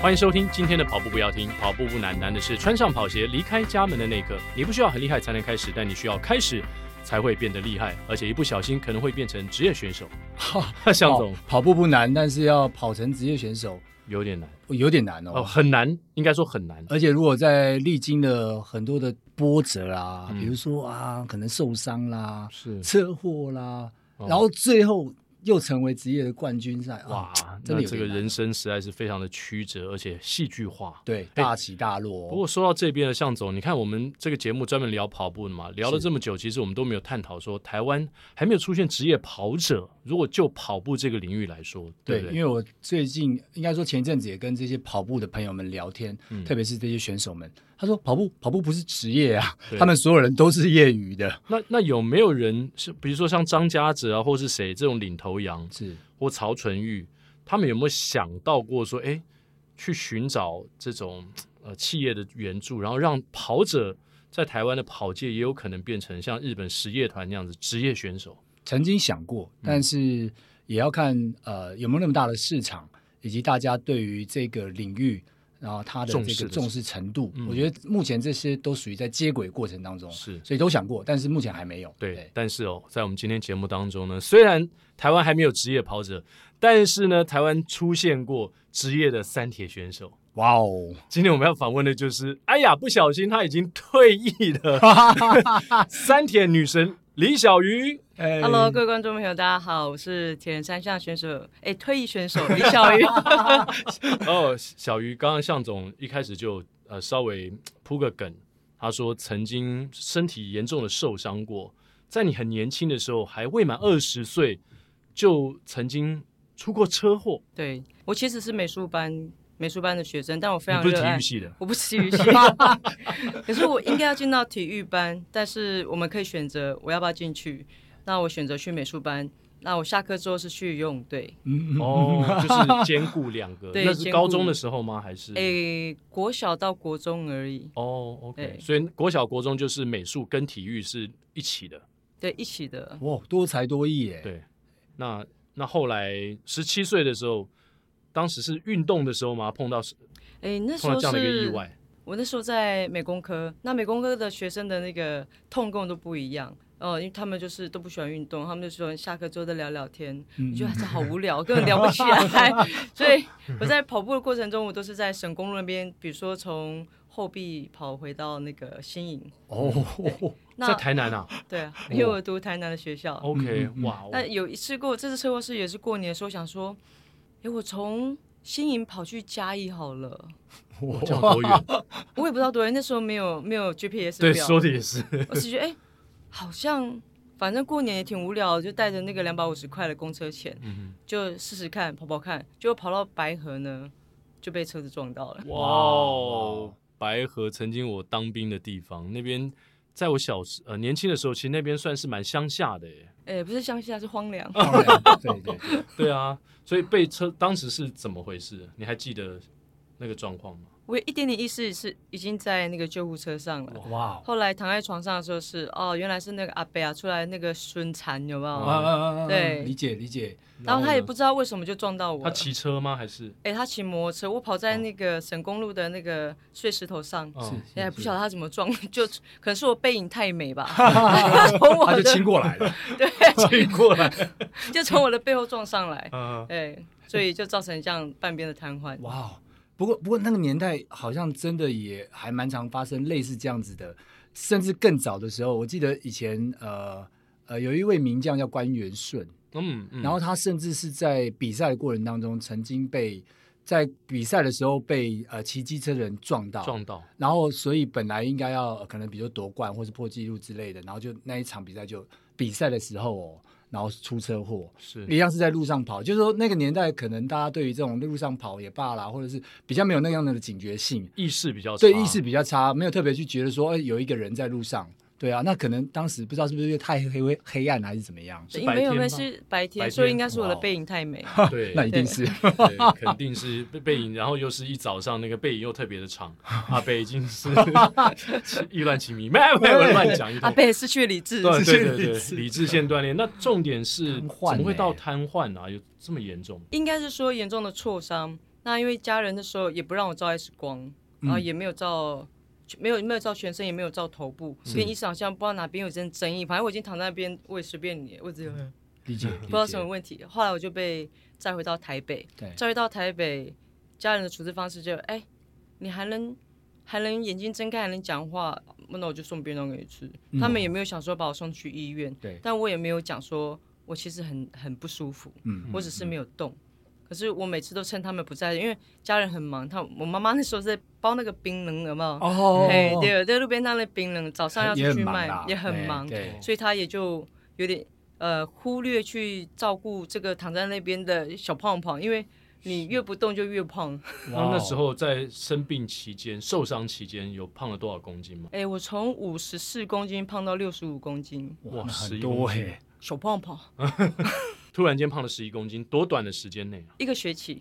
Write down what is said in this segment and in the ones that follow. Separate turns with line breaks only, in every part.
欢迎收听今天的跑步不要停，跑步不难，难的是穿上跑鞋离开家门的那一刻。你不需要很厉害才能开始，但你需要开始才会变得厉害，而且一不小心可能会变成职业 选手。向总
哦跑跑步不难，但是要跑成职业选手
有点难
有点难哦。
哦，很难，应该说很难。
而且如果在历经了很多的波折啦，
嗯
比如说啊，可能受伤啦、
是
车祸啦，
哦
然后最后又成为职业的冠军赛，啊
哇
哇，，真
那
的有
这个
点难
人生实在是非常的曲折，而且戏剧化。
对大起大落
哎不
哦。
过说到这边的向总，你看我们这个节目专门聊跑步的嘛，聊了这么久，其实我们都没有探讨说台湾还没有出现职业跑者。如果就跑步这个领域来说，对
对
不，对？
因为我最近应该说前一阵子也跟这些跑步的朋友们聊天，
嗯
特别是这些选手们，他说跑步跑步不是职业啊
对，
他们所有人都是业余的，
那那有没有人是，比如说像张家泽啊，或是谁这种领头羊，
是
或曹纯玉，他们有没有想到过说，哎，去寻找这种呃企业的援助，然后让跑者在台湾的跑界也有可能变成像日本实业团那样子职业选手？
曾经想过，
嗯
但是也要看呃有没有那么大的市场，以及大家对于这个领域，然后它的
重
这
视
个
的
重视程度。
嗯
我觉得目前这些都属于在接轨过程当中，
是
所以都想过，但是目前还没有。
对，但是哦，在我们今天节目当中呢，虽然台湾还没有职业跑者，但是呢，台湾出现过职业的三铁选手。
哇哦，
今天我们要访问的就是，哎呀，不小心他已经退役 的三铁女神李小鱼。
哎
Hello，各位观众朋友，大家好，我是铁人三项选手，哎，退役 选手李小鱼。
哦，小鱼，刚刚向总一开始就呃稍微铺个梗，他说曾经呃身体严重的受伤过，在你很年轻的时候，还未满二十岁，就曾经出过车祸。
对我其实是美术班美术班的学生，但我非
你
常
不是
热
体
爱
育。系的，
我不是体 育系，可是我应该要进到体育班，但是我们可以选择我要不要进去。那我选择去美术班，那我下课之后是去游泳队。
嗯，嗯
哦，就是兼顾两 个。
对
那是
兼
高
顾
中的时候吗？还是？
哎，国小到国中而已，
哦，OK，
对
所以国小、国中就是美术跟体育是一起的。
对，一起的。
哇，多才多艺耶。
对，那那后来十七岁的时候，当时是运动的时候嘛，碰到
哎，那时
碰到
候
这样的一个意
是
外，
我那时候在美工科，那美工科的学生的那个痛跟我都不一样，呃，因为他们就是都不喜欢运动，他们就喜欢下课之后再聊聊天，
嗯
我觉得这好无聊，根本聊不 起来。所以我在跑步的过程中，我都是在省公路那边，比如说从后壁跑回到那个新营。
哦，
在
那
台南啊。
对啊，因为我读台南的学校，
OK，
嗯嗯嗯
哇哦，
那有一次过，这次车祸是也是过年的时候，想说，哎，我从新营跑去嘉义好了，
这样多远？
我也不知道多远，那时候没有没有 GPS
对，
表
说的也是。
我只觉得哎、好像反正过年也挺无聊的，就带着那个两百五十块的公车钱，
嗯
就试试看跑跑看，结果跑到白河呢，就被车子撞到了。
哇哦，白河曾经我当兵的地方，那边在我小时呃年轻的时候，其实那边算是蛮乡下的耶。
哎、不是乡下，是荒凉。
当然对对 对，
对啊，所以被车当时是怎么回事？你还记得那个状况吗？
我有一点点意识是已经在那个救护车上了。
哦
哇
后来躺在床上的时候是哦，原来是那个阿伯啊出来那个孙残有没
哦，
有？
啊啊啊啊
对
理解理解，
然后他也
呢
不知道为什么就撞到我
他
了。
骑车吗？还是
哎、他骑摩托车，我跑在那个省公路的那个碎石头上，
哦
是
哎、
是
不晓得他怎么撞， 就可能是我背影太美吧，他从 我
他
的
就亲过来了，
骑过来？
就从我的背后撞上来，
嗯，
哎，所以就造成这样半边的瘫痪。
哇哦，不过不过那个年代好像真的也还蛮常发生类似这样子的，甚至更早的时候，我记得以前呃呃有一位名将叫关元顺，
嗯，嗯
然后他甚至是在比赛的过程当中曾经被在比赛的时候被呃骑机车的人撞到，
撞到，
然后所以本来应该要呃可能比如说夺冠或是破纪录之类的，然后就那一场比赛就比赛的时候哦，然后出车祸，
是
一样是在路上跑，就是说那个年代可能大家对于这种路上跑也罢啦，或者是比较没有那样的警觉性，
意识比较
对
哦差
意识比较差，没有特别去觉得说，哎、有一个人在路上，对啊，那可能当时不知道是不是因为太黑黑黑暗还是怎么样，
是
因
白
为没有
天
没
吗
有是白
白
天，所以
天
应该是我的
哇哦
背影太美。
对，
那一定是
对肯定是背背影，然后又是一早上那个背影又特别的长，阿北已经是意乱情迷，没有没有我乱讲一
阿
通。
啊贝失去理智，
对对对
理
对，
智
理智线断裂。那重点是
瘫痪
怎么会
欸
到瘫痪啊？有这么严重？
应该是说严重的挫伤，那因为家人那时候也不让我照 X 光，然后也没有照，没有没有照全身，也没有照头部，跟医生好像不知道哪边有针争议，反正我已经躺在那边，我也随便你，我只有不
理解，不
知道什么问题。后来我就被载回到台北，
对
再回到台北，家人的处置方式就哎、你还能还能眼睛睁开，还能讲话，那我就送便当给你吃。他们也没有想说把我送去医院，
嗯哦对
但我也没有讲说我其实很很不舒服，
嗯
我只是没有动。可是我每次都趁他们不在，因为家人很忙，他我妈妈那时候在包那个槟榔，有没有？
哦
哎、 对，在路边摊的槟榔，早上要
也
出
很
去
忙
卖
啦，
也很
哎
忙，
对，
所以他也就有点呃忽略去照顾这个躺在那边的小胖胖，因为你越不动就越胖。
那那时
候
候在生病期间、受伤期间，有胖了多少公斤吗？
哎、我从五十四公斤胖到六十五公斤，
哇，十
很
一
多
公斤，
哎，
小胖胖，
突然间胖了十一公斤，多短的时间内啊！
一个学期。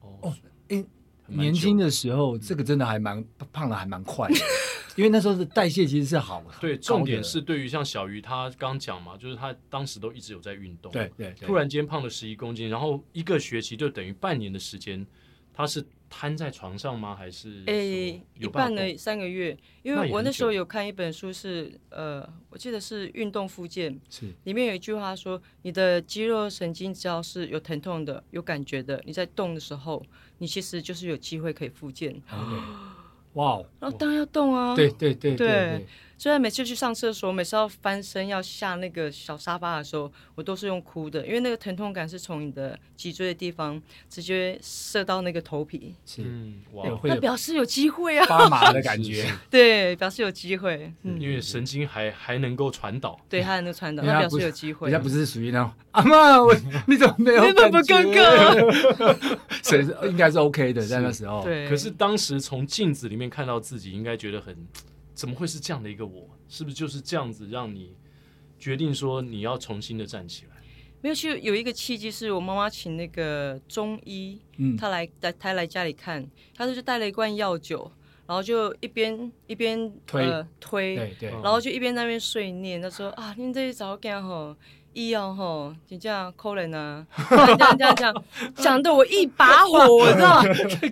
哦，蛮久嗯
年轻的时候这个真的还蛮胖的，还蛮快的， 因为那时候的代谢其实是好的，
对，
高的
重点是对于像小鱼他刚讲嘛，就是他当时都一直有在运动，
对，对，对
突然间胖了十一公斤，然后一个学期就等于半年的时间，他是瘫在床上吗？还是
哎、
诶
一半的三个月，因为我那时候
那也很久
有看一本书是，呃，我记得是运动复健，
是
里面有一句话说，你的肌肉神经只要是有疼痛的、有感觉的，你在动的时候，你其实就是有机会可以复健。
哇哦，
然后当然要动啊，
对对对
对
对，
虽然每次去上厕所，每次要翻身要下那个小沙发的时候，我都是用哭的，因为那个疼痛感是从你的脊椎的地方直接射到那个头皮，
是
嗯，哇
对，，会
那
有
表示有机会啊，
发麻 的感觉，
对，表示有机会，嗯，
因为神经还还能够传导，
对，他还能传导，
人家
那表
不
示有机会
人家。不是属于那 种阿妈，我你怎么没有？啊
你怎么不
尴
尴
尬？ 所以是应该是 OK 的，在那时候，
对，
可是当时从镜子里面看到自己，应该觉得很，怎么会是这样的一个我？是不是就是这样子让你决定说你要重新的站起来？
没有，其实有一个契机，是我妈妈请那个中医，
嗯
她来带她来家里看，她就带了一罐药酒，然后就一边一边
推
呃、推，
对对
嗯
然后就一边在那边碎念，他说啊，你这一早干吼，医药吼，你这样抠人啊，这样这样这样，讲的我一把火，我知道，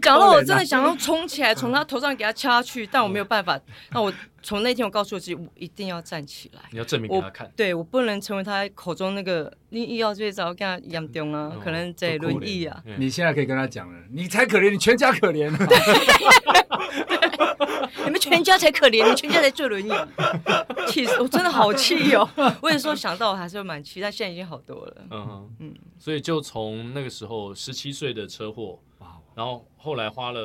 讲到我真的想要冲起来，从他头上给他掐去，但我没有办法。那我从那天我告诉我自己，我一定要站起来。
你要证明给
我
他看。
对我不能成为他口中那个你医药最早干严重啊，可能在轮椅啊，
嗯
你现在可以跟他讲了，你才可怜，你全家可 怜 啊。
你们全家才可怜，你们全家才坐轮椅，气死我！真的好气哦。我有时候想到我还是会蛮气，但现在已经好多了。
嗯嗯
嗯，
所以就从那个时候十七岁的车祸，
哇
然后后来花了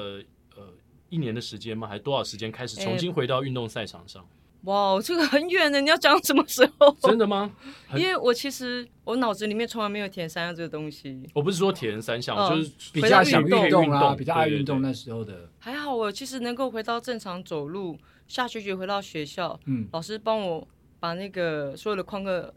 呃一年的时间吗？还多少时间开始重新回到运动赛场
哦
上？
哇，这个很远的，你要讲到什么时候？
真的吗？很
因为我其实我脑子里面从来没有填三样这个东西，
我不是说铁人三项，
嗯
我就是
哦比
回
较
到
想
运动
运动啊，
动，
比较爱
对
运动。
对对
那时候的，
还好我其实能够回到正常走路，下学期回到学校，
嗯，
老师帮我把那个所有的旷课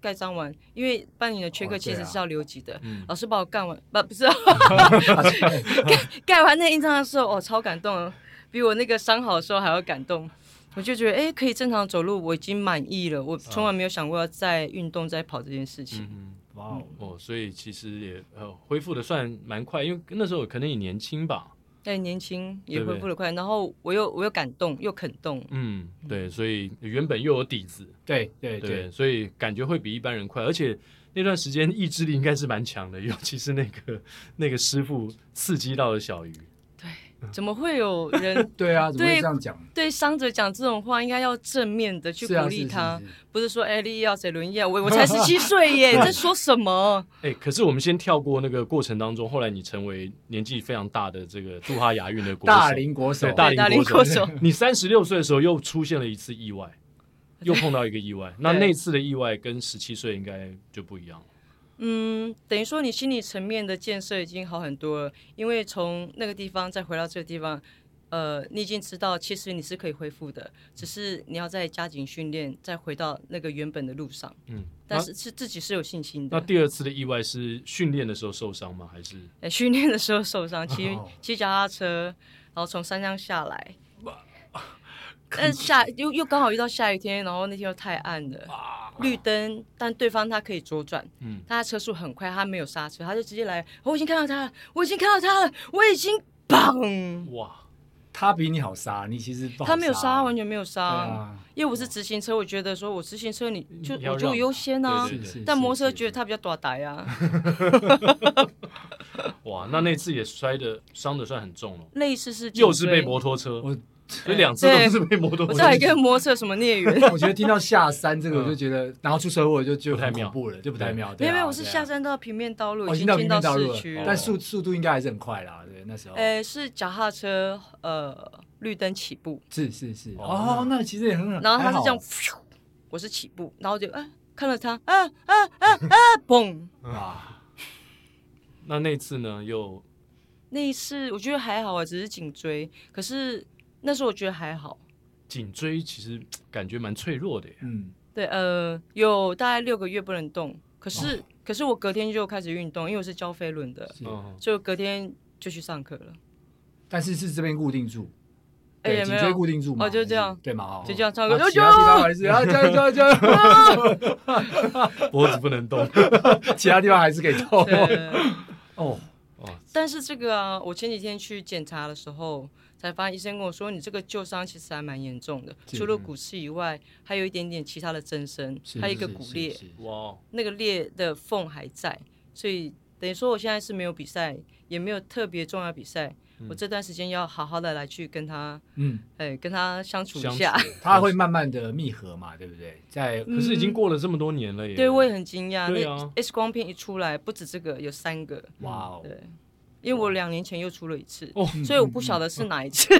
盖章完，因为半年的缺
哦
课其
对
实
啊
是要留级的。
嗯
老师把我干完，不不是、啊， 盖盖完那印章的时候，我、哦超感动了，比我那个伤好的时候还要感动。我就觉得，哎、可以正常走路，我已经满意了。我从来没有想过要再运动、再跑这件事情。
嗯
哇哦，
嗯哦，所以其实也呃恢复的算蛮快，因为那时候可能也年轻吧。
对，年轻也
对不对
恢复的快，然后我又我又感动又肯动，
嗯，对，所以原本又有底子，
对对对
对，所以感觉会比一般人快，而且那段时间意志力应该是蛮强的，尤其是那个那个师傅刺激到了小鱼。
嗯
怎么会有 人
对啊，怎么会
对
这样讲？
对伤者讲这种话？应该要正面的去
是啊
鼓励
是是
他，
是
不是说哎，利要谁轮要我，我 才十七岁耶，在说什么？
哎、可是我们先跳过那个过程当中，后来你成为年纪非常大的这个杜哈亚运的国手，
大龄国手
对，大
大
龄
龄
国
国
手
手。
你三十六岁的时候又出现了一次意 外，又碰到一个意外。那
对
那次的意外跟十七岁应该就不一样了。
嗯，等于说你心理层面的建设已经好很多了，因为从那个地方再回到这个地方，呃，你已经知道其实你是可以恢复的，只是你要再加紧训练，再回到那个原本的路上。
嗯，
但
啊
是是自己是有信心
那
的。
第二次的意外是训练的时候受伤吗？还是
呃训练的时候受 伤，骑
哦
骑脚踏车，然后从山上下来， 但是下又又刚好遇到下雨天，然后那天又太暗了，绿灯，但对方他可以左转，
嗯
他车速很快，他没有刹车，他就直接来，哦我已经看到他了，我已经看到他了，我已经 砰，
哇，
他比你好杀，你其实不好
他没有刹，
杀
完全没有刹，
对啊，
因为我是直行车，我觉得说我直行车你就
你嗯要
我就
让
优先啊，
对对
是是
但摩托车
是
觉得他比较啊短打呀，
哇，那那次也摔的伤的算很重了，
类似是
又是被
颈椎
摩托车，
我
所以两次都是被摩托
我
车。
到底 跟摩托车有什么孽缘？
我觉得听到下山这个，我就觉得，然后出车祸就就
嗯不太
很
妙
恐怖了，就不太
对
妙。对啊
没有没有，我是
对啊
下山到平面道路，
哦，已经
经
到
进
平面道路
市
了
区，
哦
但速速度应该还是很快啦。对，那时候
呃，是脚踏车，呃，绿灯起步，
是是是
哦
哦，那其实也很好。
然后他
还
是
好
这样，咻我是起步，然后就啊看了他，啊啊啊啊，嘣！
嗯
啊，
那那次呢？又
那一次我觉得还好啊，只是颈椎，可是那时候我觉得还好。
颈椎其实感觉蛮脆弱的耶。
嗯，
对，呃，有大概六个月不能动，可
哦
是、可是我隔天就开始运动，因为我是教飞轮的，
是，
嗯，
所以我隔天就去上课了。
但是是这边固定住，
哎
对，
也
颈
没
椎
有
固定住嘛，
哦就这样
还是对嘛，哦
就这样唱歌
啊其他地方还是啊，加油加油加 油，
脖子不能动。
其他地方还是可以动
对。
哦，
哦，
但是这个啊，我前几天去检查的时候，才发现医生跟我说，你这个旧伤其实还蛮严重的，
是
除
嗯
了骨刺以外，还有一点点其他的增生，还有一个骨裂，
哇，哦
那个裂的缝还在，所以等于说我现在是没有比赛，也没有特别重要比赛，
嗯
我这段时间要好好的来去跟他，
嗯，
哎，跟他相处
相
一
处
下。
它会慢慢的密合嘛，对不对？在
嗯
可是已经过了这么多年了耶。
对，我也很惊讶，
对
那
啊
X 光片一出来，不止这个，有三个，
哇哦
对。因为我两年前又出了一次，
哦
所以我不晓得是哪一次。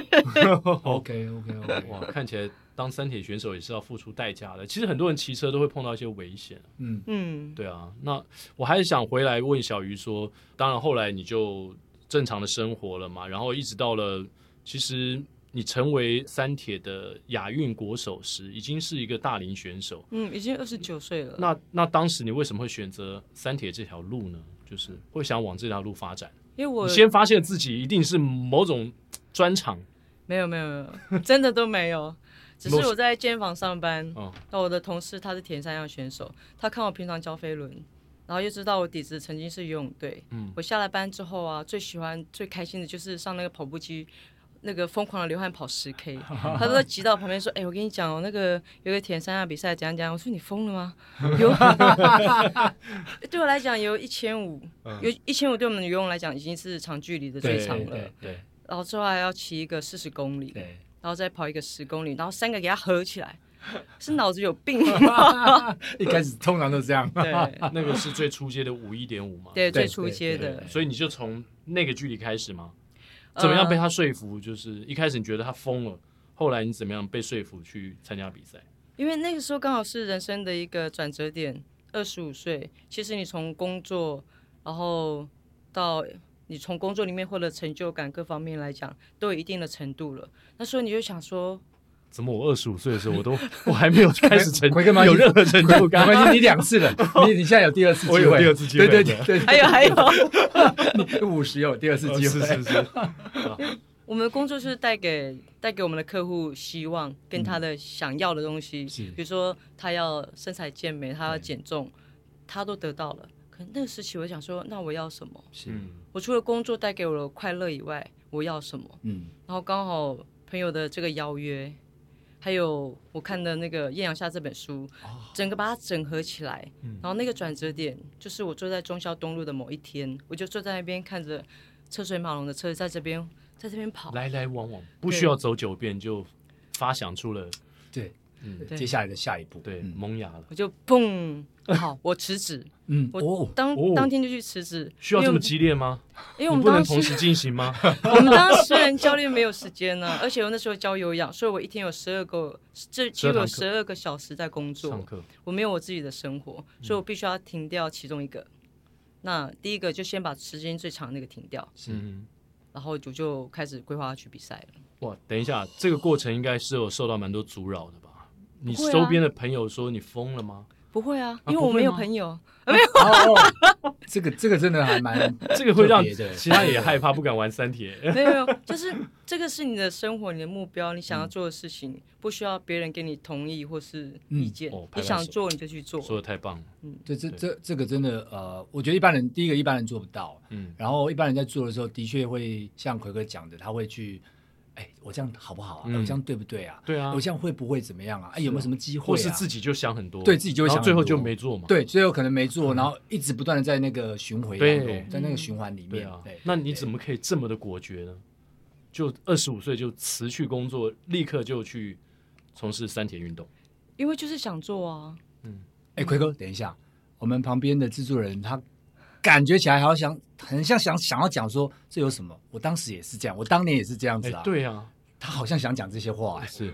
哦
，OK OK OK，
哇，看起来当三铁选手也是要付出代价的。其实很多人骑车都会碰到一些危险。
嗯，
嗯，
对啊，那我还是想回来问小鱼说，当然后来你就正常的生活了嘛，然后一直到了，其实你成为三铁的亚运国手时，已经是一个大龄选手。
嗯，已经二十九岁了。
那那当时你为什么会选择三铁这条路呢？就是会想往这条路发展。
因为我
你先发现自己一定是某种专长，
没有没有没有，真的都没 有。只是
没有
我在健身房上班，
嗯
那我的同事他是田三项选手，他看我平常教飞轮，然后又知道我底子曾经是游泳队。
嗯
我下了班之后啊，最喜欢最开心的就是上那个跑步机，那个疯狂的流汗跑十 K，他都在急到我旁边说：“哎、我跟你讲哦，那个有个田三项比赛怎样怎样。”我说：“你疯了吗？” 有， 对我来讲有一千五，有一千五对我们游泳来讲已经是长距离的最
对
长
对
了。
嗯对，
然后之后还要骑一个四十公里，
对，
然后再跑一个十公里，然后三个给它合 起来，是脑子有病吗？
一开始通常都这 样，
对
那个是最初阶的五一点五嘛。
对，
对
最初阶的
对，
所以你就从那个距离开始吗？
呃
怎么样被他说服？就是一开始你觉得他疯了，后来你怎么样被说服去参加比赛？
因为那个时候刚好是人生的一个转折点，二十五岁，其实你从工作，然后到你从工作里面获得成就感，各方面来讲都有一定的程度了。那时候你就 想说，
怎么我二十五岁的时候，我都 我还没有开始 成
奎哥吗
有任何成就
没
感？
关系，你两次了，你你现在有第二次机会，
我有第二次机会
对对对
还有还有，
对， 五十有第二次机会，
哦是是是，
我们的工作就是带给带给我们的客户希望跟他的想要的东西，
是
比如说他要身材健美，他要减重，他都得到了。可能那个时期，我想说，那我要什么？
嗯，
我除了工作带给我的快乐以外，我要什么？
嗯，
然后刚好朋友的这个邀约，还有我看的那个《艳阳下》这本书，整个把它整合起来。然后那个转折点，就是我坐在忠孝东路的某一天，我就坐在那边看着车水马龙的车在这边在这边跑。
来来往往，不需要走九遍就发想出了
对，
嗯
接下来的下一步，
对
嗯
萌芽了。
我就嘣，好，我辞职，
嗯，
我
哦，
当
哎哦
当天就去辞职，
需要
因为
这么激烈吗？
因为我
你
们
不能
当
同
时
时进行吗？
我们当时人教练没有时间呢、而且我那时候教有氧，所以我一天有十二个，这几乎有
12
十二个小时在工
上
作，
课嗯
我没有我自己的生活，所以我必须要停掉其中一个。那第一个就先把时间最长那个停掉，
嗯。
然后我就开始规划要去比赛了。
哇，等一下，这个过程应该是有受到蛮多阻扰的吧？你
不会啊
周边的朋友说你疯了吗？
不会啊，
啊
因为
不
我
会
没有
吗
朋友。
哦，这个这个真的还蛮
这个会让
特别的
其他人也害怕，不敢玩三铁。
没有没有，就是这个是你的生活，你的目标，你想要做的事情，不需要别人给你同意或是意见，
嗯哦拍拍
你想
手
做你就去做。
说的太棒了，
对，这
对
这这个真的呃，我觉得一般人第一个一般人做不到，
嗯，
然后一般人在做的时候，的确会像奎哥讲的，他会去，哎，我这样好不好啊？
嗯
我这样对不对啊？
对啊
我，这样会不会怎么样啊？哎，有没有什么机会、啊？
或是自己就想很多，
对自己就会
然后
想
最后
很多
就没做嘛。
对，最后可能没做，然后一直不断的在那个巡回当
对
中，在那个循环里
对
面
啊，，
对
那你怎么可以这么的果决呢？就二十五岁就辞去工作，立刻就去从事三铁运动。
因为就是想做啊，
哎，奎
嗯
哥，等一下，我们旁边的制作人他感觉起来好像很像想想要讲说这有什么？我当时也是这样，我当年也是这样子
哎
啊。，
对啊，
他好像想讲这些话、哎
是。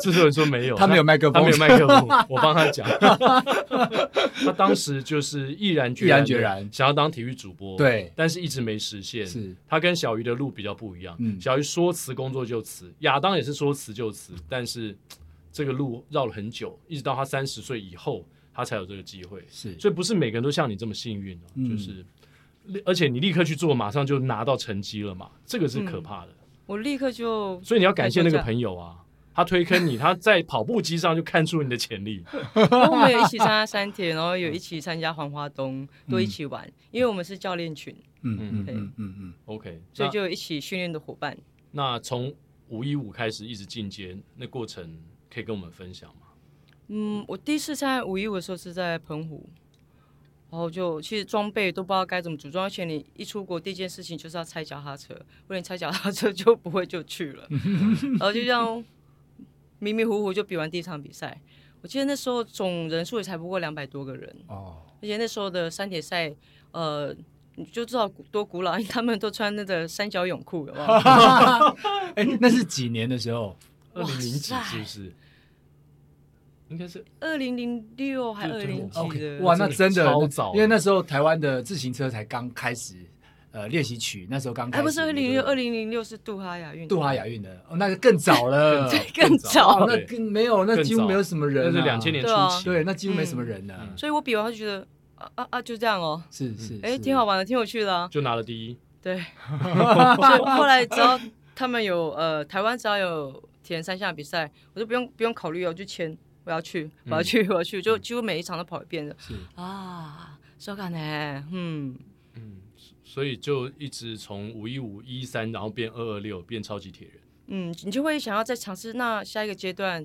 制作人说没有，
他没有麦克风
他没有麦克 风，我帮他讲。 他当时就是毅然决
毅然
然地
决然
想要当体育主播，
对
但是一直没实现。
是
他跟小鱼的路比较不一样，
嗯
小鱼说辞工作就辞，亚当也是说辞就辞，但是嘖这个路绕了很久，一直到他三十岁以后，他才有这个机会。
是，
所以不是每个人都像你这么幸运哦、
嗯
就是立而且你立刻去做，马上就拿到成绩了嘛，这个是可怕的。
我立 刻就
所以你要感谢那个朋友啊，他推坑你，他在跑步机上就看出你的潜力。
然后我们有一起参加三铁，然后有一起参加黄花东，都一起玩，因为我们是教练群，
嗯嗯
嗯
嗯嗯嗯，
OK，
所
那
以就有一起训练的伙伴。
那从五一五开始一直进阶，那过程可以跟我们分享吗？
嗯，我第一次参加五一五的时候是在澎湖，然后就其实装备都不知道该怎么组装，而且你一出国第一件事情就是要拆脚踏车，如果你拆脚踏车 就不会就去了，然后就这样迷迷糊糊就比完第一场比赛。我记得那时候总人数也才不过两百多个人，
哦，
而且那时候的山铁赛，呃，你就知道古多古老，因为他们都穿那个三角泳裤，有没有
哎，那是几年的时候？
二
哇
零零几
塞
是不是？应该是
二零零六还二
对对
零
我
几的，
哇，那真的
超早
因为那时候台湾的自行车才刚开始，呃，练习曲那时候刚开
哎，
始，
不是二零六，二
零
零零六是杜哈亚运动，
杜哈亚运的，哦，那就更早 了，
更早
哦，
对
那更没有，那
更
几乎
早
没有什么人啊，
那是两千年初
对啊
期，
对，那几乎没什么人呢、
嗯
所以我比完后就觉得啊啊啊，就这样哦，
是是，
哎、
是
挺好。玩的，挺有趣的啊。
就拿了第一。
对，所以后来只要他们有呃台湾只要有铁人三项比赛，我就不用不用考虑哦，就签我要去，我
嗯
要去，我要去，就几乎每一场都跑一遍的
是
啊。手感呢？嗯，
嗯，所以就一直从五一五一三，然后变二二六，变超级铁人。
嗯，你就会想要再尝试，那下一个阶段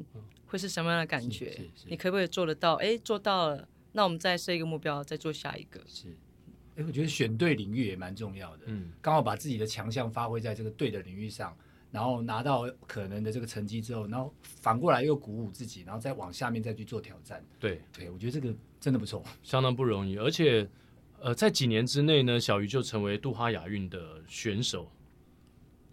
会是什么样的感觉
嗯是是？是
你可不可以做得到？哎，做到了，那我们再设一个目标，再做下一个。
是，哎，我觉得选对领域也蛮重要的，
嗯，
刚好把自己的强项发挥在这个对的领域上，然后拿到可能的这个成绩之后，然后反过来又鼓舞自己，然后再往下面再去做挑战。
对，
对，我觉得这个真的不错。
相当不容易。而且，呃，在几年之内呢，小鱼就成为杜哈亚运的选手。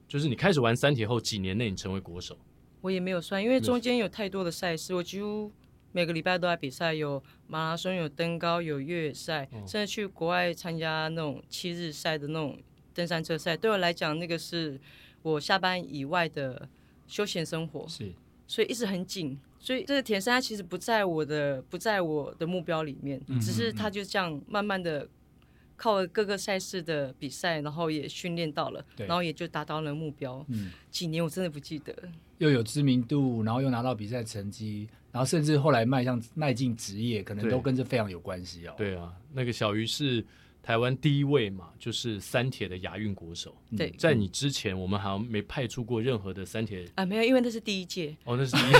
就是你开始玩三铁后，几年内你成为国手。
我也没有算，因为中间有太多的赛事，我几乎每个礼拜都在比赛，有马拉松，有登高，有越野赛，甚至去国外参加那种七日赛的那种登山车赛。对我来讲，那个是我下班以外的休闲生活，
是，
所以一直很紧。所以这个田山它其实不在我的不在我的目标里面，只是它就这样慢慢的靠各个赛事的比赛，然后也训练到了，
对
然后也就达到了目标。
嗯，
几年我真的不记得。
又有知名度，然后又拿到比赛成绩，然后甚至后来迈向迈进职业，可能
对
都跟这非常有关系哦。，
对啊，那个小鱼是台湾第一位嘛，就是三铁的亚运国手。
对，
在你之前，我们好像没派出过任何的三铁。
啊，没有，因为那是第一届。
哦，那 是 第一位。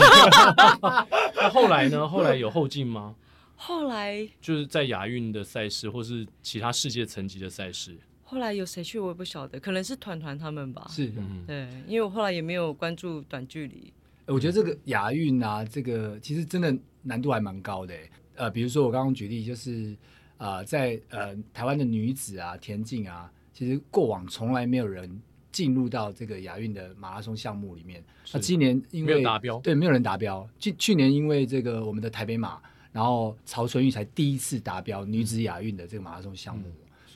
那后来呢？后来有后进吗？
后来
就是在亚运的赛事，或是其他世界层级的赛事。
后来有谁去我也不晓得，可能是团团他们吧。
是。
嗯，
对，因为我后来也没有关注短距离。
欸我觉得
嗯
这个亚运啊，这个其实真的难度还蛮高的欸、呃，比如说我刚刚举例，就是啊，呃在呃台湾的女子啊、田径啊，其实过往从来没有人进入到这个亚运的马拉松项目里面。
是
那今年因
没
为
有达标
对，没有人达标。去去年因为这个我
嗯
们的台北马，然后曹纯玉才第一次达标女子亚运的这个马拉松项目。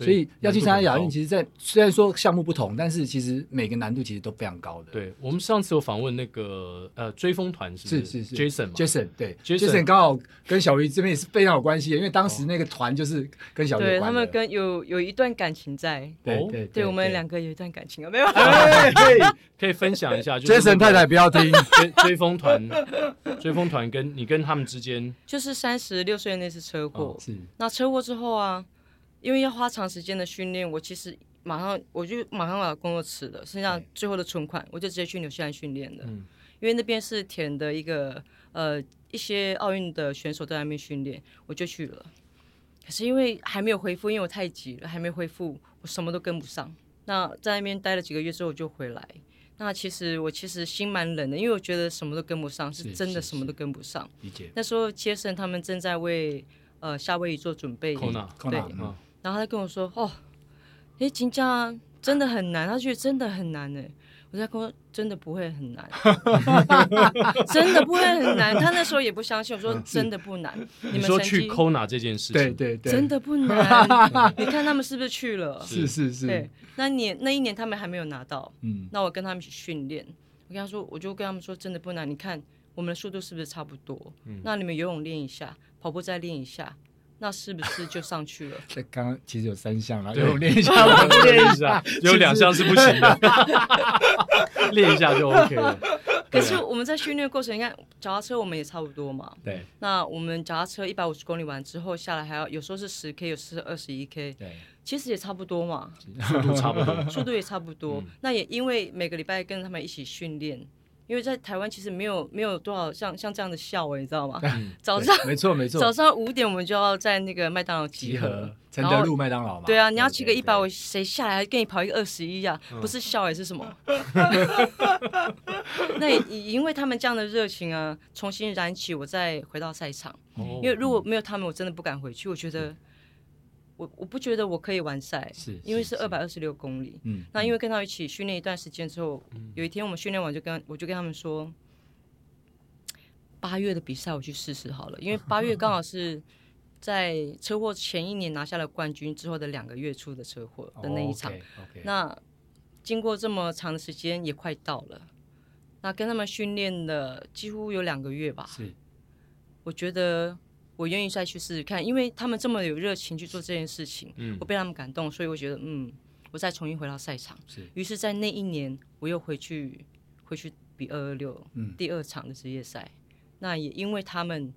所以要去参加亚运，其实在虽然说项目不同，但是其实每个难度其实都非常高的。
对我们上次有访问那个呃追风团是不
是是是
Jason 嘛
Jason 对
Jason
刚好跟小鱼这边也是非常有关系的，因为当时那个团就是跟小鱼有
对他
关的
们跟有有一段感情在，
对
哦
对对
对我们两个有一段感情啊，没有？
哎嘿
可以分享一下，就是
，Jason 太太不 要听，
追追风团， 追风团跟你跟他们之间，
就是三十六岁的那次车祸，
哦是
那车祸之后啊，因为要花长时间的训练，我其实马上我就马上把工作辞了，剩下
对
最后的存款，我就直接去纽西兰训练了。
嗯
因为那边是填的一个呃一些奥运的选手都在那边训练，我就去了。可是因为还没有恢复，因为我太急了，还没恢复，我什么都跟不上。那在那边待了几个月之后，我就回来。那其实我其实心蛮冷的，因为我觉得什么都跟不上，是
是
真的
是
什么都跟不上。
理解。
那时候杰森他们正在为呃夏威夷做准备，
Kona 啊
康纳
哦
对，
嗯
然后他跟我说：“哦，诶，金价真的很难，他觉得真的很难呢。”我在跟我说真的不会很 难，真的不会很难。他那时候也不相信，我说真的不难，你
嗯你
们
说
成
去
绩
Kona 这件事情，
对对对，
真的 不难。你看他们是不是去了？
是是是
对，，那年那一年他们还没有拿到，
嗯，？
那我跟他们一起训练，我跟他说，我就跟他们说，真的不难，你看我们的速度是不是差不多？那你们游泳练一下，跑步再练一下，那是不是就上去了
这刚刚其实有三项啦，
对
有练 一下，我
练一下，有两项是不行 的，练一下就 OK 了。
可是我们在训练过程，你看脚踏车我们也差不多嘛。
对
那我们脚踏车一百五十公里完之后下来，还要有时候是十 K，有时候二十一 K，
对，
其实也差不多嘛，
速度差不多，
速度也差不多。那也因为每个礼拜跟他们一起训练。因为在台湾其实没有没有多少像像这样的校欸，你知道吗？ 早上
对没错没
早
错，
上五点我们就要在那个麦当劳集
集
合。
合承德路麦当劳嘛，
对啊，你要骑个一百，
对嗯
我谁下来跟你跑一个二十一啊？不是笑也是什么？ 那也也因为他们这样的热情啊，重新燃起我再回到赛场。 因为
嗯
如果没有他们，我真的不敢回去。我觉得我我不觉得我可以完赛，
是
因为
是
是
是
二百二十六公里。
嗯，
那因为跟他一起训练一段时间之后，有一天我们训练完就跟我就跟他们说，八月的比赛我去试试好了，因为八月刚 好是在车祸前一年拿下了冠军之后的两个月出的车祸的那一场。
哦，OK，
那经过这么长的时间，也快到了。那跟他们训练了几乎有两个月吧，
是
我觉得我愿意再去试试看，因为他们这么有热情去做这件事情，
嗯
我被他们感动，所以我觉得，嗯，我再重新回到赛场。
是
于是，在那一年，我又回去回去比二二六
嗯
第二场的职业赛。那也因为他们，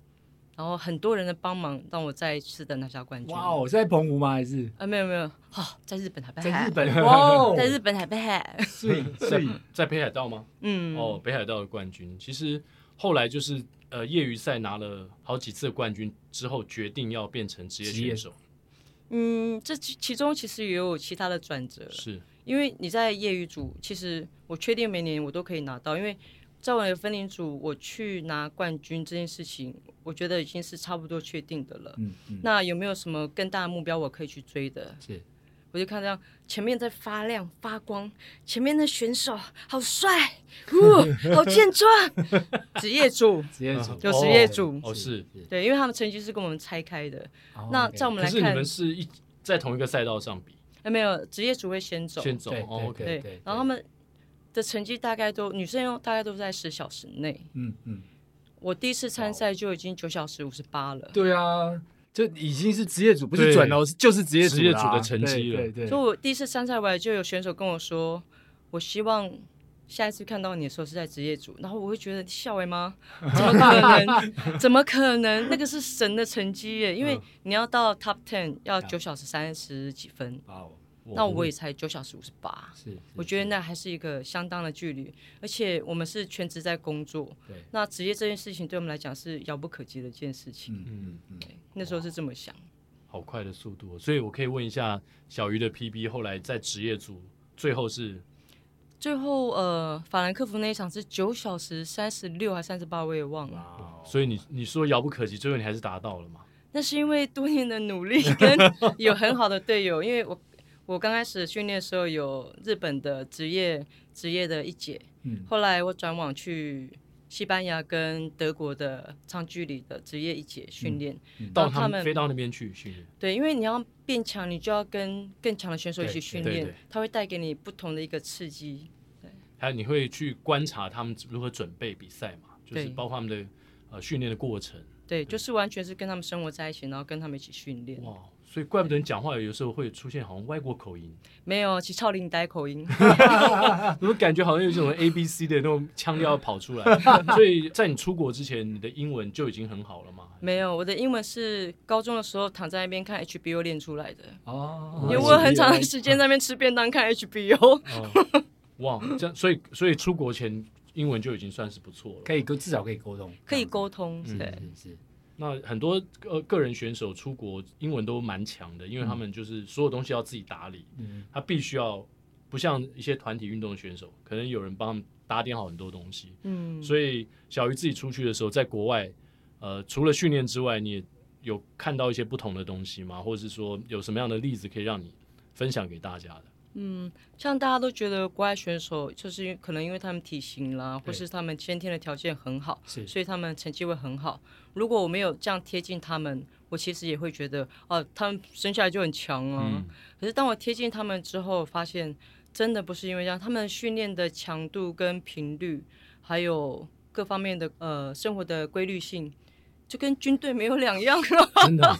然后很多人的帮忙，让我再次的拿下冠军。
哇哦，是在澎湖吗？还是
啊，没有没有，好、在日本还被
在
害
日，本？ 哇哦，
在日本还被害。
所以所
在
以
在北海道吗？
嗯，
哦，北海道的冠军。其实后来就是呃，业余赛拿了好几次冠军之后，决定要变成职业
职业
选手。
嗯，这其其中其实也有其他的转折，
是，
因为你在业余组，其实我确定每年我都可以拿到，因为在我的分龄组，我去拿冠军这件事情，我觉得已经是差不多确定的了。
嗯嗯，
那有没有什么更大的目标我可以去追的？
是
我就看到前面在发亮发光，前面的选手好帅， 呜，好健壮， 职业组
职业组
有职业组
哦是，
对，因为他们成绩是跟我们拆开的。
哦
那
OK
在我们
可
来
是你
看
们，是一在同一个赛道上比，
哎，没有职业组会先走，
先走。
对
哦 OK，
对
对，然后他们的成绩大概都女生用大概都在十小时内。
嗯嗯，
我第一次参赛就已经九小时五十八了，
对啊，就已经是职业组，不是
对
准哦，是就是职业组啦
职业组的成绩了
对对
所以
对，
我第一次参赛回来就有选手跟我说，我希望下一次看到你的时候是在职业组，然后我会觉得笑哎吗？怎么可能？怎么可能？那个是神的成绩耶，因为你要到 Top Ten 要九小时三十几分，
哇哦，
那我也才九小时五十八。
是，
我觉得那还是一个相当的距离，而且我们是全职在工作
对，
那职业这件事情对我们来讲是遥不可及的一件事情。
嗯嗯嗯，
对，那时候是这么想。
好快的速度哦、所以我可以问一下小鱼的 PB 后来在职业组最后是
最后呃，法兰克福那一场是九小时三十六还三十八，我也忘了。
哇
所以你你说遥不可及，最后你还是达到了嘛？
那是因为多年的努力 跟有很好的队友，因为我我刚开始训练的时候有日本的职业职业的一姐，
嗯
后来我转往去西班牙跟德国的长距离的职业一起训练，
嗯
到
让
他
哦他
们
们
飞到那边去训练。
对，因为你要变强，你就要跟更强的选手一起
对
训
对
练
对，
它会带给你不同的一个刺激。
还有你会去观察他们如何准备比赛嘛？就是
对
包括他们的呃训练的过程。
对，就是完全是跟他们生活在一起，然后跟他们一起训练。
哇，所以怪不得你讲话有时候会出现好像外国口音，啊
没有，其实超龄呆口音。
怎么感觉好像有一种 A B C 的那种腔调跑出来？所以在你出国之前，你的英文就已经很好了嘛？
没有，我的英文是高中的时候躺在那边看 HBO 练出来的，
哦
因
因
为我很长的时间在那边吃便当看 HBO。
哦，哇，这样所以所以出国前英文就已经算是不错了。
可以沟，至少可以沟通，
可以沟通，
嗯
对，
是是
那很多呃个人选手出国英文都蛮强的，因为他们就是所有东西要自己打理，
嗯
他必须要不像一些团体运动的选手，可能有人帮他们打点好很多东西。
嗯，
所以小鱼自己出去的时候，在国外，呃，除了训练之外，你也有看到一些不同的东西吗？或者是说有什么样的例子可以让你分享给大家的？
像大家都觉得国外选手，就是因为可能因为他们体型啦，或是他们先天的条件很好，
是
所以他们成绩会很好。如果我没有这样贴近他们，我其实也会觉得哦、他们生下来就很强啊。
嗯
可是当我贴近他们之后，发现真的不是因为这样，他们训练的强度跟频率，还有各方面的呃生活的规律性，就跟军队没有两 样了，
真的、哦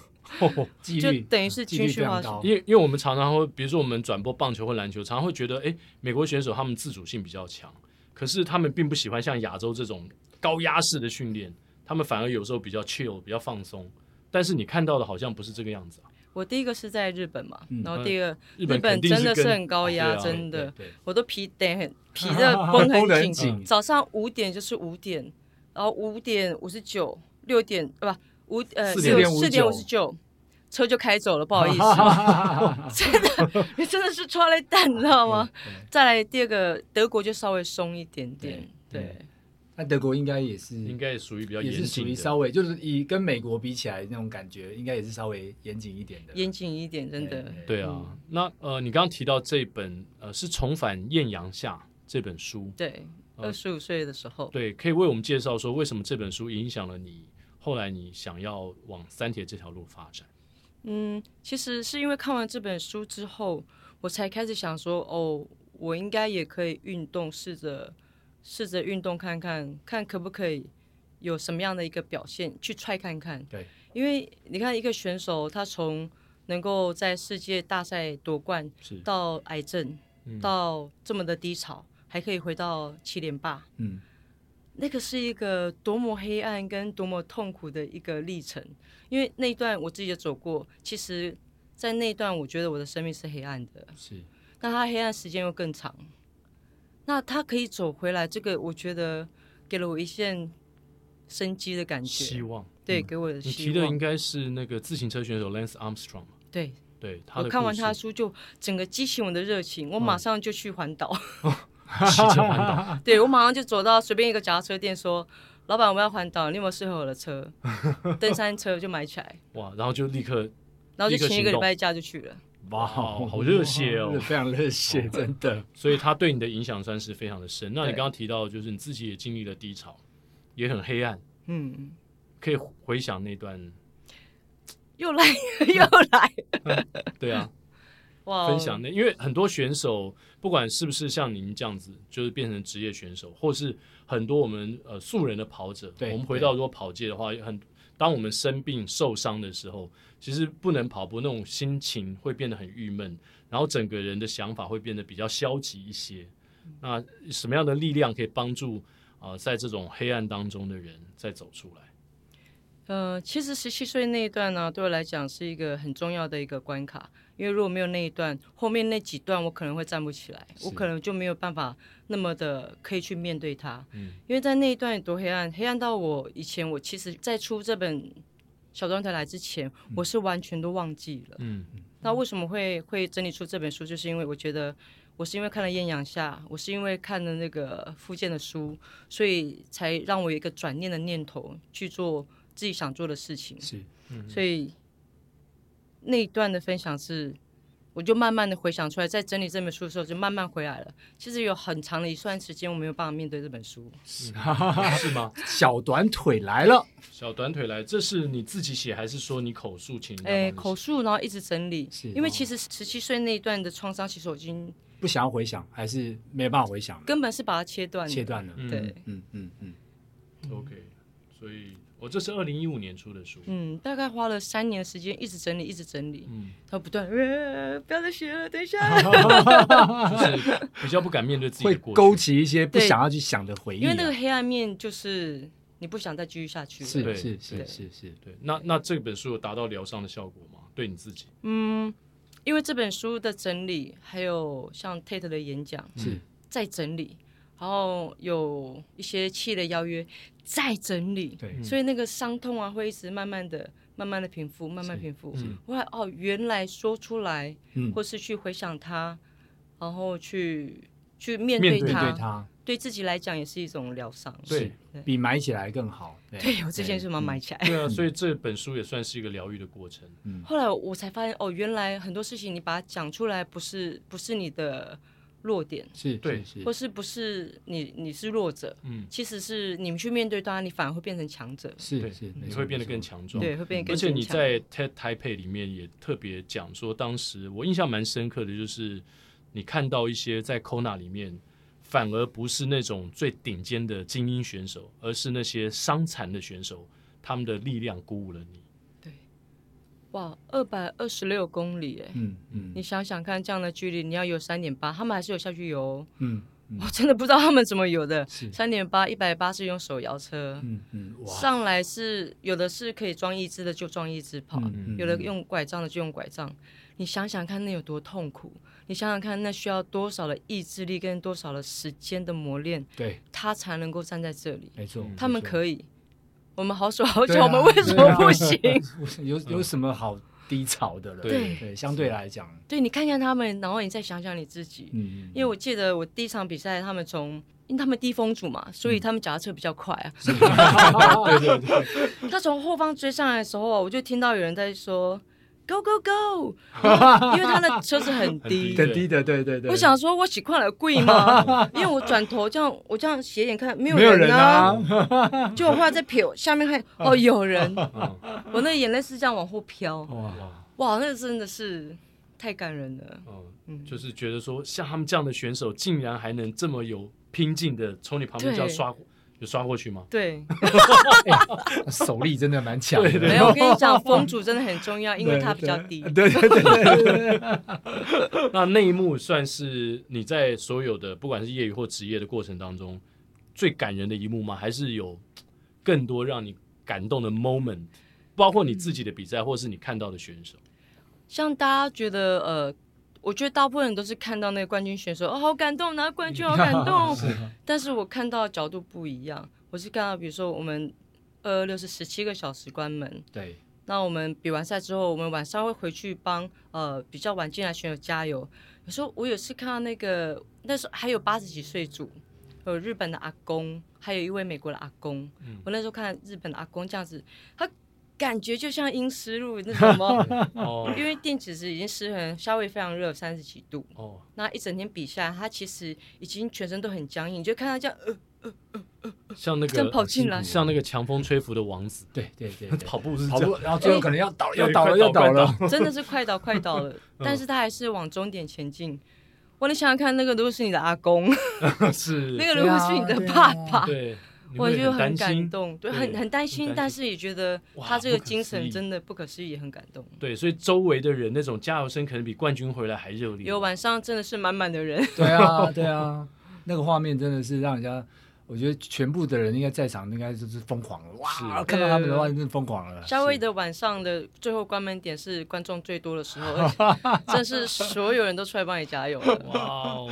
纪
就
律
等于是
纪
军
律
训
非常
化
高
因为因为我们常常会，比如说我们转播棒球或篮球，常常会觉得，诶，美国选手他们自主性比较强，可是他们并不喜欢像亚洲这种高压式的训练，他们反而有时候比较 chill，比较放松。但是你看到的好像不是这个样子啊，
我第一个是在日本嘛，
嗯
然后第二
呃日本肯定
真的
跟
是很高压，
对啊
真的，
对对
我都皮得很皮的绷
绷得很
很紧，
紧
早上五点就是五点，然后五点五十九，六点呃不五呃
4点
六
59
四点五十九，车就开走了，不好意思， 真的你真的是抓了蛋，你知道吗？再来第二个德国就稍微松一点点，
对
对
那德国应该也是
应该也属于比较
也
严
是属
谨
于
的。
稍微就是以跟美国比起来那种感觉，应该也是稍微严谨一点的。
严谨一点，真的。
对啊，
嗯
那呃，你刚刚提到这本呃是《重返艳阳下》这本书，
对，哦
呃
二十五岁的时候，
对，可以为我们介绍说为什么这本书影响了你，后来你想要往三铁这条路发展。
嗯，其实是因为看完这本书之后，我才开始想说，哦，我应该也可以运动，试着试着运动看看，看可不可以有什么样的一个表现，去 try 看看。
对，
因为你看一个选手，他从能够在世界大赛夺冠，
是，
到癌症，
嗯
到这么的低潮，还可以回到七连霸，
嗯，
那个是一个多么黑暗跟多么痛苦的一个历程，因为那一段我自己也走过。其实，在那一段，我觉得我的生命是黑暗的，
是，
那它黑暗时间又更长。那他可以走回来，这个我觉得给了我一线生机的感
希
觉。
望。
对，给我的
你提
希
的
望
应。该是那个自行车选手 Lance Armstrong，嘛
对，
对他
我
的
看完
故事嗯
他的书就整个激起我的热情，我马上就去环岛。
骑车环岛，
对我马上就走到随便一个脚踏车店说：“老板，我要环岛，你有没有适合我的车？登山车就买起来，
哇，然后就立刻
然后就请
一
一
个行
个礼
动
拜假就去了。
哇，
哇好热血哦
非常 热血，真的。
所以他对你的影响算是非常的深。那你
对
刚刚提到，就是你自己也经历了低潮，也很黑暗，”
嗯，
可以回想那段，
又来又来，
对啊，
哇！哦
哦
分享的，因为很多选手，不管是不是像您这样子，就是变成职业选手，或是很多我们呃素人的跑者，
对
我们回到如果跑界的话，很当我们生病受伤的时候，其实不能跑步，那种心情会变得很郁闷，然后整个人的想法会变得比较消极一些。
嗯
那什么样的力量可以帮助啊、呃在这种黑暗当中的人再走出来？
呃，其实十七岁那一段呢，对我来讲是一个很重要的一个关卡，因为如果没有那一段，后面那几段我可能会站不起来，我
是
可能就没有办法那么的可以去面对它。
嗯，
因为在那一段有多黑暗，黑暗到我以前我其实，在出这本《小庄台来》之前，我是完全都忘记了。
嗯，
那为什么会会整理出这本书？就是因为我觉得我是因为看了《艳阳下》，我是因为看了那个附件的书，所以才让我有一个转念的念头去做自己想做的事情。
是
所以那一段的分享是我就慢慢的回想出来，在整理这本书的时候，就慢慢回来了。其实有很长的一段时间，我没有办法面对这本书。
是吗？
小短腿来了，
小短腿来，这是你自己写还是说你口述请人家帮你
哎，
写？
口述，然后一直整理
是，
因为
哦
其实十七岁那一段的创伤，其实我已经
不想要回想，还是没办法回想了，
根本是把它切断的。
切断了。
嗯
对，
嗯嗯嗯，
OK，所以我、哦这是二零一五年出的书。
嗯，大概花了三年的时间，一直整理，一直整理。
嗯，
他不断、呃，不要再学了，等一下。
就是比较不敢面对自己
会
的过去，
勾起一些不
对
想要去想的回忆啊，
因为那个黑暗面就是你不想再继续下去了。
是
对
是是
对
是是，
对，那那这本书有达到疗伤的效果吗？对你自 己？
嗯，因为这本书的整理，还有像 Tate 的演讲
嗯
是
再整理，然后有一些企业的邀约再整理，
对
嗯
所以那个伤痛啊，会一直慢慢的、慢慢的平复，慢慢
是
平复。
嗯
我还哦，原来说出来，
嗯，
或是去回想它，然后去去面
面
对
对
面
它，
对它
对自己来讲也是一种疗伤。
对
对
比埋起来更好。
对我之前是把它
嗯
埋起来。
对啊，所以这本书也算是一个疗愈的过程。
后来我才发现，哦，原来很多事情你把它讲出来，不是不是你的弱点，
是，
对
是
或
是
是不是你你是弱者，
嗯，
其实是你们去面对它，你反而会变成强者，
对
是是，没
你
错
会变得更。
没错
强壮。嗯
对，会变
而
得更
且你
坚强。
在 TED 台北里面也特别讲说，当时我印象蛮深刻的，就是你看到一些在 Kona 里面，反而不是那种最顶尖的精英选手，而是那些伤残的选手，他们的力量鼓舞了你。
对，哇，二百二十六公里哎。
嗯嗯
你想想看，这样的距离你要游三点八，他们还是有下去游哦、
嗯嗯
我真的不知道他们怎么游的。
是
三点八，一百八是用手摇车，
嗯嗯，哇，
上来是有的是可以装一只的就装一只跑，
嗯嗯
有的
嗯
用拐杖的就用拐杖。你想想看，那有多痛苦？你想想看，那需要多少的意志力跟多少的时间的磨练，
对，
他才能够站在这里？
没错，
他们
嗯没错
可以，我们好手好
对
脚，
啊
我们为什么不行？
对 啊有有什么好低潮的了？
嗯对
对，相对来讲，
对你看看他们，然后你再想想你自己。
嗯，
因为我记得我第一场比赛，他们从因为他们低风阻嘛，
嗯
所以他们脚踏车比较快啊。
对对对，
他从后方追上来的时候啊，我就听到有人在说 “Go Go Go”，然后因为他的车子很
很低
低。
很低的，对对对，
我想说，我喜欢了贵吗？因为我转头这样，我这样斜眼看，没有
没有人
啊。
啊，
就我后来再瞥我下面看，哦，有人，
嗯，
我那眼泪是这样往后飘。
哇，
哇，
哇，那真的是太感人了。
嗯，就是觉得说，像他们这样的选手，竟然还能这么有拼劲的从你旁边
对
这样刷，有刷过去吗？
对，
手力真的蛮强的，
对对
没有，我跟你讲，风阻真的很重要，因为
对
它比较
对
低。
对对对对对，
那那一幕算是你在所有的不管是业余或职业的过程当中最感人的一幕吗？还是有更多让你感动的 moment？包括你自己的比赛，或是你看到的选手，
像大家觉得呃，我觉得大部分人都是看到那个冠军选手，哦，好感动，拿冠军好感动。但是我看到的角度不一样，我是看到比如说我们二二六是十七个小时关门，
对，
那我们比完赛之后，我们晚上会回去帮呃比较晚进来选手加油。有时候我有次看到那个那时候还有八十几岁组，有日本的阿公，还有一位美国的阿公。
嗯
我那时候看日本的阿公这样子，他感觉就像阴湿路那什么。
哦
因为电子值已经失衡，稍微非常热，三十几度。
哦，
那一整天比下来，他其实已经全身都很僵硬，你就看他这样呃
像那
真跑
个
进来，
像那个强风吹拂的王子，
对对对对，
跑步是
跑
这
步
样，，
然后最后可能要倒，
对
要倒了，
快倒
要倒了
快，
真的是快倒快倒了，但是他还是往终点前进。哇，你想想看，那个如果是你的阿公，
是
那个如果是你的爸爸，
对，你
我
会
就
担
感
心，
动，对，
对
很很担
很担
心
心，
但是也觉得
哇
他这个精
不可思
神
议嗯
真的不可思议，也很感动。
对，所以周围的人那种加油声，可能比冠军回来还热烈。
有晚上真的是满满的人，
对啊对啊，那个画面真的是让人家。我觉得全部的人应该在场，应该就是疯狂了。哇，
是
看到他们的话，真是疯狂了。
夏威夷的晚上的最后关门点是观众最多的时候，而且真是所有人都出来帮你加油了。
哇哦，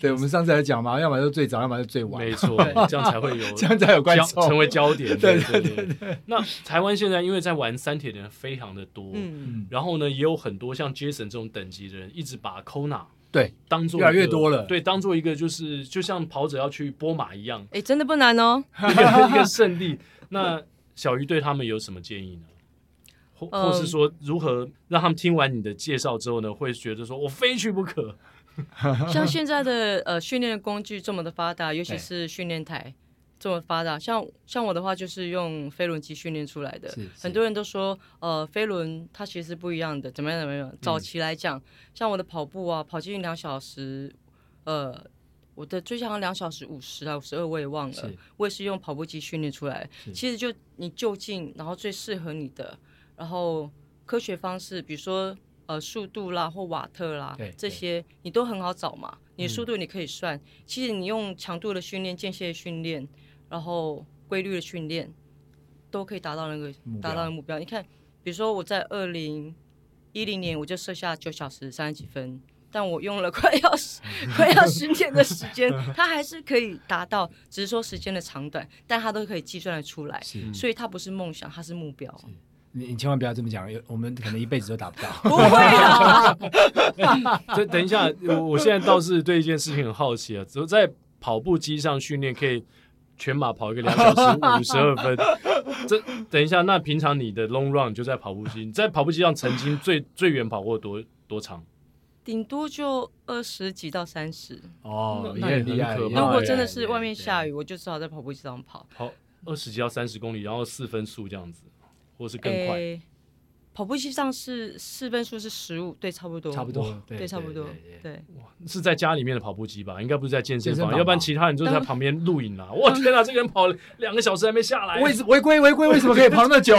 对，我们上次来讲嘛，要么就最早，要么就最 晚，
没错，这样才会有
这样才有观
焦成
众。
为焦点。
对
对对对。那台湾现在因为在玩三铁的人非常的多，
嗯，，
然后呢也有很多像 Jason 这种等级的人，一直把 Kona
对，
当做
越来越多了
对，当做一个就是就像跑者要去波马一样
哎，真的 不难哦。
一个一个圣地。那小鱼对他们有什么建议呢？或或是
嗯
说如何让他们听完你的介绍之后呢，会觉得说我非去不可？
像现在的呃训练的工具这么的发达，尤其
对
是训练台这么发达，像像我的话就是用飞轮机训练出来的
是。是
很多人都说，呃，飞轮它其实是不一样的，怎么样怎么样。早期来
嗯
讲，像我的跑步啊，跑接近两小时，呃，我的最像两小时五十啊，五十二我也忘了
是，
我也是用跑步机训练出来。其实就你就近，然后最适合你的，然后科学方式，比如说呃速度啦或瓦特啦
对嗯
这些，你都很好找嘛。你的速度你可以算，其实你用强度的训练、间歇的训练，然后规律的训练，都可以达到那个
目标
达到的目标。你看，比如说我在二零一零年我就设下九小时三十几分。但我用了快 要十快要十年的时间，它还是可以达到，只是说时间的长短，但它都可以计算的出来。
是
所以它不是梦想，它是目标。
你你千万不要这么讲，有我们可能一辈子都达不到。
不会啊，
这等一下，我我现在倒是对一件事情很好奇啊，只有在跑步机上训练可以全马跑一个两小时五十二分，这等一下，那平常你的 long run 就在跑步机，你在跑步机上曾经最最远跑过多多长？
顶多就二十几到三十。
哦，
那
也
那
厉害。
很可
也
怕
如
很
果
厉
真的
害
是外面下
对
雨，我就只好在跑步机上跑。
跑二十几到三十公里，然后四分速这样子，或是更快？
诶跑步机上是四分数是十五，对，差不多，
差不多，对
对，差不多
对对，
对。
是在家里面的跑步机吧，应该不是在健身
健身
房，
房吧
要不然其他人就是在旁边录影啦。我天哪，这个人跑了两个小时还没下来，
为什违规违规为什么可以跑那么久？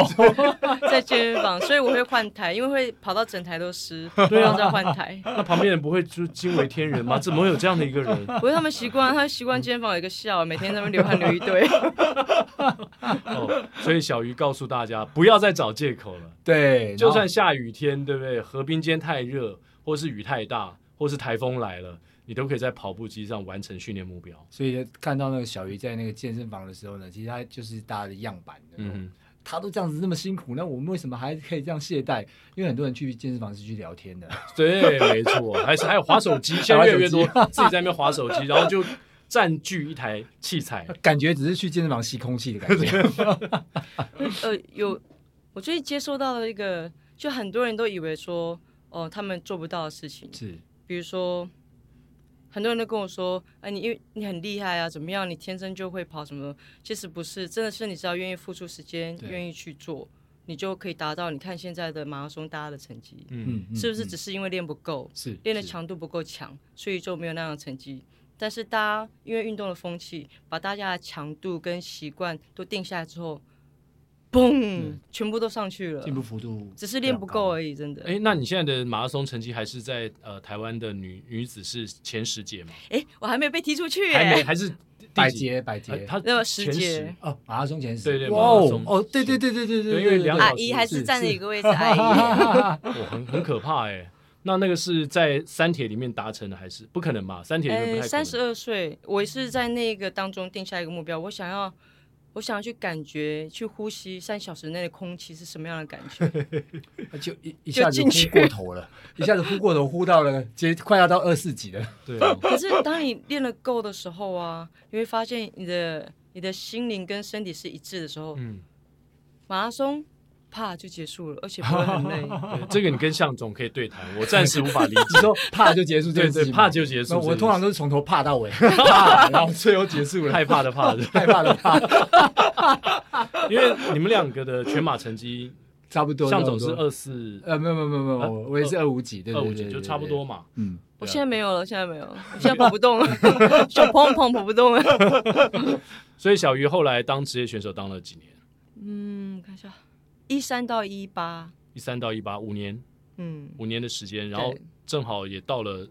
在健身房，所以我会换台，因为会跑到整台 都湿，
对啊
然后再换台。
那旁边人不会就惊为天人吗？怎么会有这样的一个人？
不过他们习惯，他们习惯健身房有一个笑，每天在那边流汗流一 堆。
哦，所以小鱼告诉大家，不要再找借口了。
对，
就
然
算
后
下雨天，对不对？河滨间太热，或是雨太大，或是台风来了，你都可以在跑步机上完成训练目标。
所以看到那个小鱼在那个健身房的时候呢，其实他就是大家的样板的。
嗯哼，
他都这样子那么辛苦，那我们为什么还可以这样懈怠？因为很多人去健身房是去聊天的，
对，没错，还是还有滑手机，现在越来越多
滑
自己在那边滑手机，然后就占据一台器材。
感觉只是去健身房吸空气的感 觉。
呃，有，我最近接收到了一个，就很多人都以为说，哦、他们做不到的事情，
是
比如说，很多人都跟我说，哎，你因为你很厉害啊，怎么样，你天生就会跑什么的？其实不是，真的是你只要愿意付出时间，
对
愿意去做，你就可以达到你看现在的马拉松大家的成绩，
嗯，
嗯，嗯
是不是
嗯
只是因为练不够，
是
练的
是
强度不够强，所以就没有那样的成绩？但是大家因为运动的风气，把大家的强度跟习惯都定下来之后，嘣，全部都上去了
嗯进，步幅度
只是练不够
已。
而已，真的。
哎，那你现在的马拉松成绩还是在呃台湾的女女子是前十姐吗？
哎，我还没有被踢出去
还没，
哎，
还是第
百
几？
节百
呃
节，
她
那么十
前十
节。
哦，马拉松前十，
对对
哇
马拉
哦
松，
哦，对对对对对
对
对，
因为两
阿
小
姨
时
还
是
是站了
是
一个位置， 阿姨。
我哦很很可怕哎、那那个是在三铁里面达成的，还是不可能吧？三铁里面不太可能。
哎三十二岁，我是在那个当中定下一个目标，我想要，我想要去感觉，去呼吸三小时内的空气是什么样的感觉。
对 就一一下子
就
呼
进去
过 头了，一下子呼过头，呼到了接快要到二四级了。
对啊，
可是当你练了够的时候啊，你会发现你的你的心灵跟身体是一致的时候，
嗯，
马拉松啪就结束了，而且不会很 累。
对这个你跟向总可以对谈，我暂时无法理
你
解。
说怕就结束这
对
件事
对，
情吗，
怕就结束这
那
件事。
我通常都是从头怕 到尾，怕然后最后结束了，
害怕的怕的，
害怕的怕，
因为你们两个的全马成绩，
差不多。
向总是
差不多
二四
呃，没有没有没有没有，
啊
我我也是二五几，对
二
对
五
对
级，
对，
就
对
差不多。嘛。
对嗯，
啊
我现在没有了，现在没有了，我现在跑不动了， 小砰砰跑不动了。
所以小鱼后来当职业选手当了几年？
嗯，看一下，一三到一八，
一三到一八，五年，
嗯，
五年的时间，然后
对
正好也到了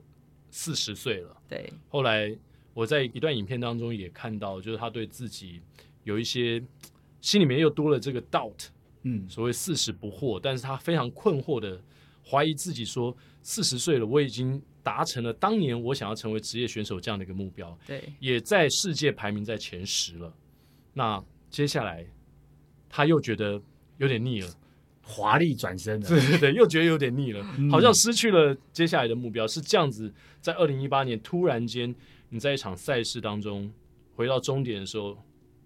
四十岁了。
对。
后来我在一段影片当中也看到，就是他对自己有一些心里面又多了这个 doubt，
嗯，
所谓四十不惑，但是他非常困惑的怀疑自己说，四十岁了，我已经达成了当年我想要成为职业选手这样的一个目标，
对，
也在世界排名在前十了。那接下来他又觉得有点腻了，
华丽转身的，
对对对，又觉得有点腻了，好像失去了接下来的目标。是这样子，在二零一八年突然间，你在一场赛事当中回到终点的时候，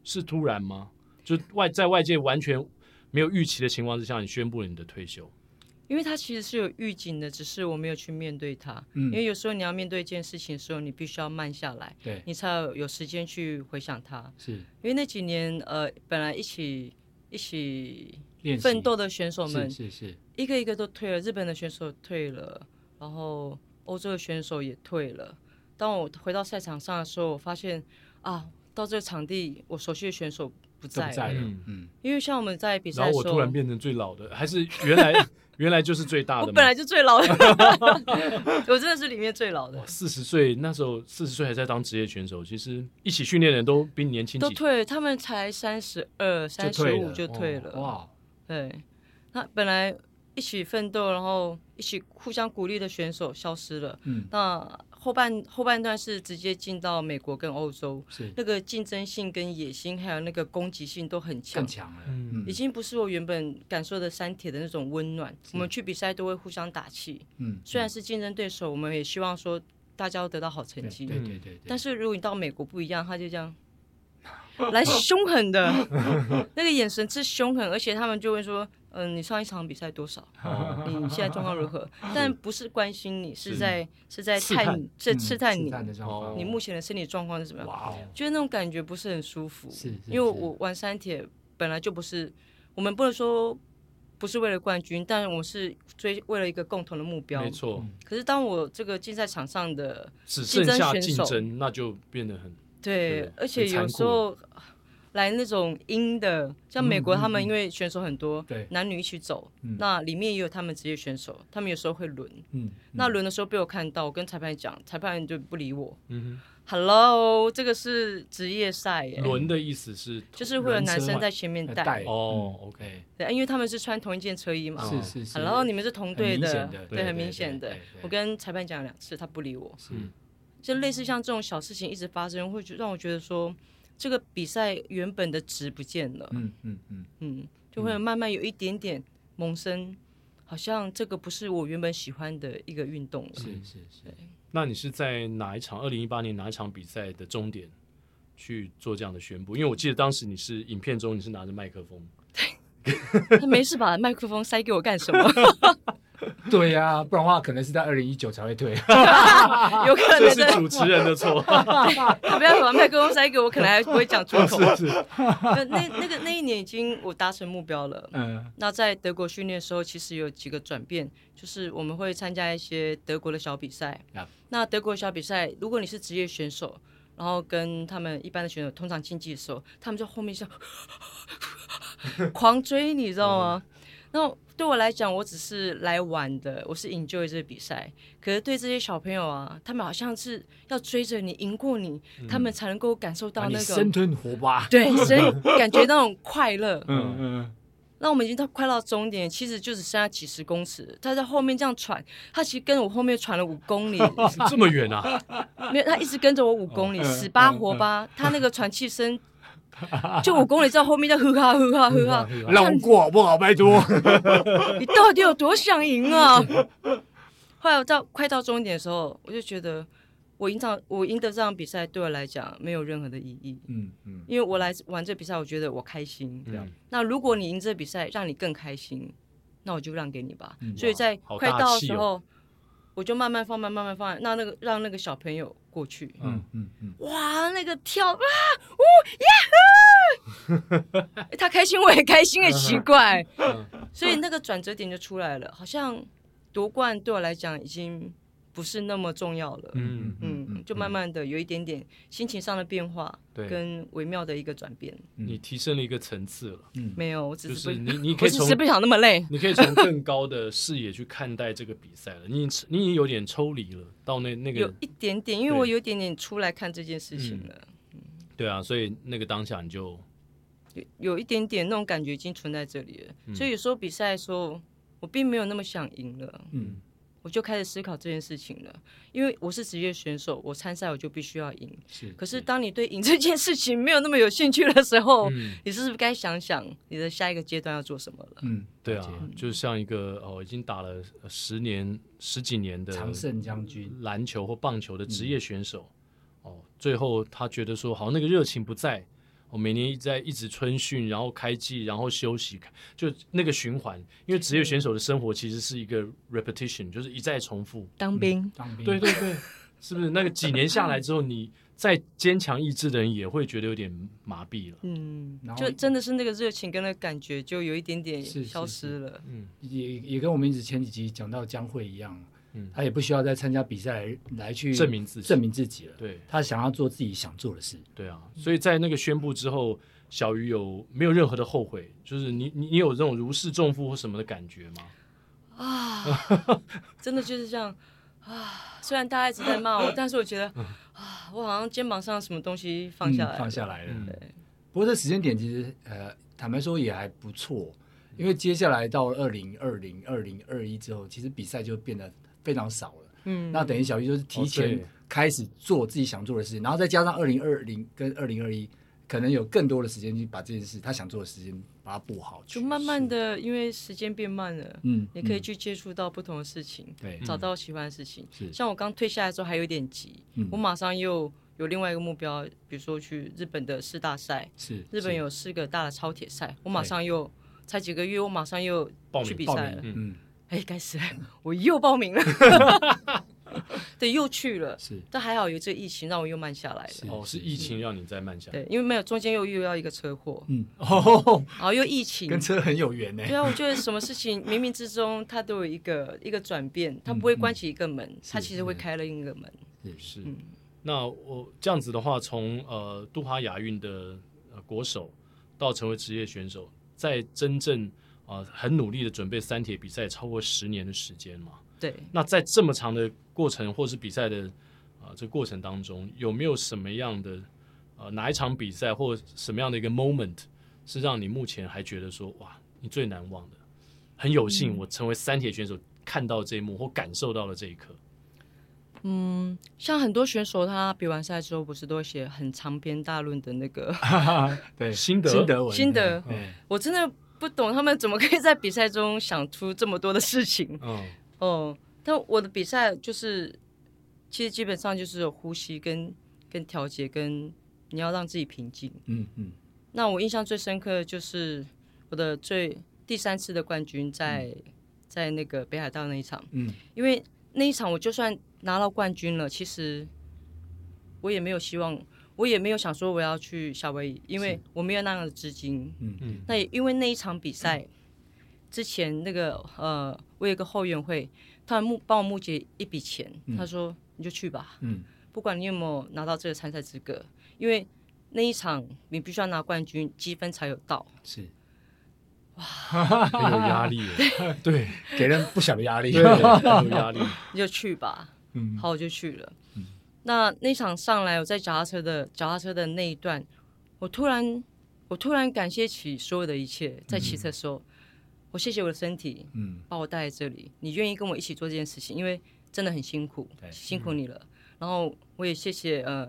是突然吗？就外在外界完全没有预期的情况之下，你宣布了你的退休。
因为它其实是有预警的，只是我没有去面对它。
嗯
因为有时候你要面对一件事情的时候，你必须要慢下来，
对，
你才有有时间去回想它。
是
因为那几年，呃，本来一起一起
练习
奋斗的选手们，
是是是，
一个一个都退了，日本的选手退了，然后欧洲的选手也退了。当我回到赛场上的时候，我发现啊，到这个场地，我熟悉的选手
都
不在
不
了，
在了
嗯，
嗯，
因为像我们在比赛
然
的
后
时
我
候，
突然变成最老的，还是原来原来就是最大
我
的
本
嘛
来。就最老的， 我真的是里面最老的
哇，，四十岁那时候，四十岁还在当职业选手，其实一起训练的人都比你年轻
都
几岁。
退了，他们才三十二、三十
退
五
了哦
就退了，
哇，
对，那本来一起奋斗，然后一起互相鼓励的选手消失了。
嗯，
那后半后半段是直接进到美国跟欧洲，
是
那个竞争性、跟野心，还有那个攻击性都很强
更，强了，
嗯
嗯
已经不是我原本感受的山铁的那种温暖。我们去比赛都会互相打气，
嗯，
虽然是竞争对手，我们也希望说大家都得到好成
对
绩。
对对对，
但是如果你到美国不一样，他就这样来凶狠的，那个眼神是凶狠，而且他们就会说：“嗯、你上一场比赛多少？
哦
你现在状况如何？”但不是关心你，是
是
在是在
刺
探
探
这
嗯
刺探你，
的上方
哦
你目前的身体状况是怎么样？
哇哦，
觉得那种感觉不是很舒服，
是是
因为我
是
我玩山铁本来就不是，我们不能说不是为了冠军，但我们是追为了一个共同的目标
没。错，
可是当我这个竞赛场上的
只
竞
剩
争
下
选
竞
手
争，那就变得很
对，
对
而且
很残
有时候啊来那种阴的，像美国
嗯嗯
他们
嗯
因为选手很多，
对
男女一起走，
嗯
那里面也有他们职业选手，他们有时候会轮。
嗯，
那轮的时候被我看到，我跟裁判讲，裁判就不理我。
嗯
Hello，这个是职业赛耶
哼，，轮的意思是
就是会有男
轮
生
车
在前面
呃
带，
带
哦
嗯
，OK，哦
对，因为他们是穿同一件车衣嘛。
是是是，
然后你们是同队
很明显的对
对，很明显
对
的
对对。
我跟裁判讲了两次，他不理我。嗯
是
就类似像这种小事情一直发生，会觉让我觉得说，这个比赛原本的值不见了，
嗯嗯嗯，
嗯，就会慢慢有一点点萌生，好像这个不是我原本喜欢的一个运动了。
是是是，
那你是在哪一场？二零一八年哪一场比赛的终点去做这样的宣布？因为我记得当时你是影片中你是拿着麦克风，
他没事把麦克风塞给我干 什么？
对呀，不然的话可能是在二零一九才会退，
有可
这
能
是
的，
主持人的错。
他不要把麦克风塞给我，可能还不会讲出 口。那 那那个那一年已经我达成目标了，
嗯，
那在德国训练的时候，其实有几个转变，就是我们会参加一些德国的小比赛。
Yep.
那德国小比赛，如果你是职业选手，然后跟他们一般的选手通常竞技的时候，他们在后面像 狂追你，知道吗？
嗯
那对我来讲，我只是来玩的，我是 enjoy 这个比赛。可是对这些小朋友啊，他们好像是要追着你、赢过你，他们才能够感受
嗯把
到
你
那个
生吞活扒，
对，所以感觉到那种快乐。
嗯嗯，
那我们已经到快到终点，其实就只剩下几十公尺。他在后面这样喘，他其实跟我后面喘了五公里，
这么远 啊？
没有，他一直跟着我五公里，
嗯
死扒活扒。他那个喘气声， 就五公里在后面在呼哈呼哈呼 哈，
让我过好不好？拜托，嗯
你到底有多想赢啊？ 后来我到快到终点的时候，我就觉得我赢场我赢得这场比赛对我来讲没有任何的意义，
嗯嗯，
因为我来玩这比赛，我觉得我开心。
嗯
那如果你赢这比赛让你更开心，那我就让给你吧。
嗯
所以在
好
快
大
到的
气
时
哦
候，我就慢慢放慢，慢慢放慢，那那个让那个小朋友过去。
嗯嗯嗯，
哇，那个跳啊，哦呀 他开心我也开心，很奇怪。
嗯
所以那个转折点就出来了，好像夺冠对我来讲已经不是那么重要了。
嗯，
嗯，就慢慢的有一点点心情上的变化，
对
跟微妙的一个转变。
你提升了一个层次了，
嗯
没有，我只
就是
不
是你你可
我
以
只
从
是不想那么累。
你可以从更高的视野去看待这个比赛了。你已你已经有点抽离了，到那那
有
个
一点点，因为
对
我有一点点出来看这件事情了，
对啊，所以那个当下你就
有有一点点那种感觉已经存在这里了。
嗯
所以有时候比赛的时候，我并没有那么想赢了，
嗯
我就开始思考这件事情了。因为我是职业选手，我参赛我就必须要赢。
是，
可是当你对赢这件事情没有那么有兴趣的时候，
嗯
你是不是该想想你的下一个阶段要做什么了？
嗯，
对啊，就像一个哦，已经打了呃十年十几年的
常胜将军，
篮嗯球或棒球的职业选手，哦，最后他觉得说，好，那个热情不在，我每年在一直春训，然后开季，然后休息，就那个循环。因为职业选手的生活其实是一个 repetition，就是一再重复。
当兵，
当兵
对对对， 是不是？那个几年下来之后，你再坚强意志的人也会觉得有点麻痹了。
嗯
然，后
就真的是那个热情跟那个感觉就有一点点
是是
消失了。
嗯，
也也跟我们一直前几集讲到江蕙一样，
嗯
他也不需要再参加比赛来来去
证明自己
证明自己了。
对
他想要做自己想做的事，
对啊，所以在那个宣布之后，小鱼有没有任何的后悔？就是你你你有这种如释重负或什么的感觉吗？
啊，真的就是这样啊。虽然大家一直在骂我，但是我觉得啊，我好像肩膀上什么东西放下来
嗯
了、
放下来了。
嗯
不过这时间点其实呃，坦白说也还不错，因为接下来到二零二零、二零二一之后，其实比赛就变得非常少了。
嗯，
那等于小鱼就是提
哦
前
对
开始做自己想做的事情，然后再加上二零二零跟二零二一，可能有更多的时间去把这件事他想做的时间把它布好去，
就慢慢的，因为时间变慢了，
嗯，
你可以
嗯
去接触到不同的事情，
对，
找到喜欢的事情。
是
像我刚退下来的时候还有点急，
嗯
我马上又有另外一个目标，比如说去日本的四大赛，
是
日本
是
有四个大的超铁赛，我马上又才几个月，我马上又
报名
去比
报
赛
名
了，。
嗯
哎，该死， 我又报名了， 对，又去了。
是
但还好有这个疫情，让我又慢下来
是
了。
哦，是疫情让你再慢下来。
对，因为没有中间又又要一个车祸，
嗯 哦，
然后又疫情
跟。车很有缘呢，
嗯对啊，我觉得什么事情冥冥之中它都有一个一个转变，它不会关起一个门，它其实会开了一个门。
是
是
嗯，
那我这样子的话，从呃杜哈亚运的、呃、国手到成为职业选手，在真正啊、呃很努力的准备三铁比赛，超过十年的时间嘛。
对，
那在这么长的过程，或是比赛的啊、呃这过程当中，有没有什么样的呃哪一场比赛或什么样的一个 moment 是让你目前还觉得说哇，你最难忘的？很有
嗯
幸我成为三铁选手，看到这一幕或感受到了这一刻。
嗯，像很多选手他比完赛之后，不是都会写很长篇大论的那个，
对，
心得
心得文，
嗯
哎
心得哦
对，
我真的不懂他们怎么可以在比赛中想出这么多的事情。
嗯，
哦，但我的比赛就是，其实基本上就是有呼吸跟跟调节，跟你要让自己平静。
嗯嗯
那我印象最深刻的就是我的最第三次的冠军在、在那个北海道那一场，
嗯，
因为那一场我就算拿到冠军了，其实我也没有希望，我也没有想说我要去夏威夷，因为我没有那样的资金。
嗯
嗯
那也因为那一场比赛之前，那个呃，我有一个后援会，他们募帮我募集一笔钱，他说你就去吧，
嗯，
不管你有没有拿到这个参赛资格，因为那一场你必须要拿冠军，积分才有到。
是
很哎有压力耶，对，
给人不小的压力，
对， 很有压力。
你就去吧。
嗯
好，我就去了。那那场上来，我在脚踏车的脚踏车的那一段，我突然我突然感谢起所有的一切，在骑车的时候，我谢谢我的身体
嗯
把我带来这里，你愿意跟我一起做这件事情，因为真的很辛苦
对，
辛苦你了。然后我也谢谢呃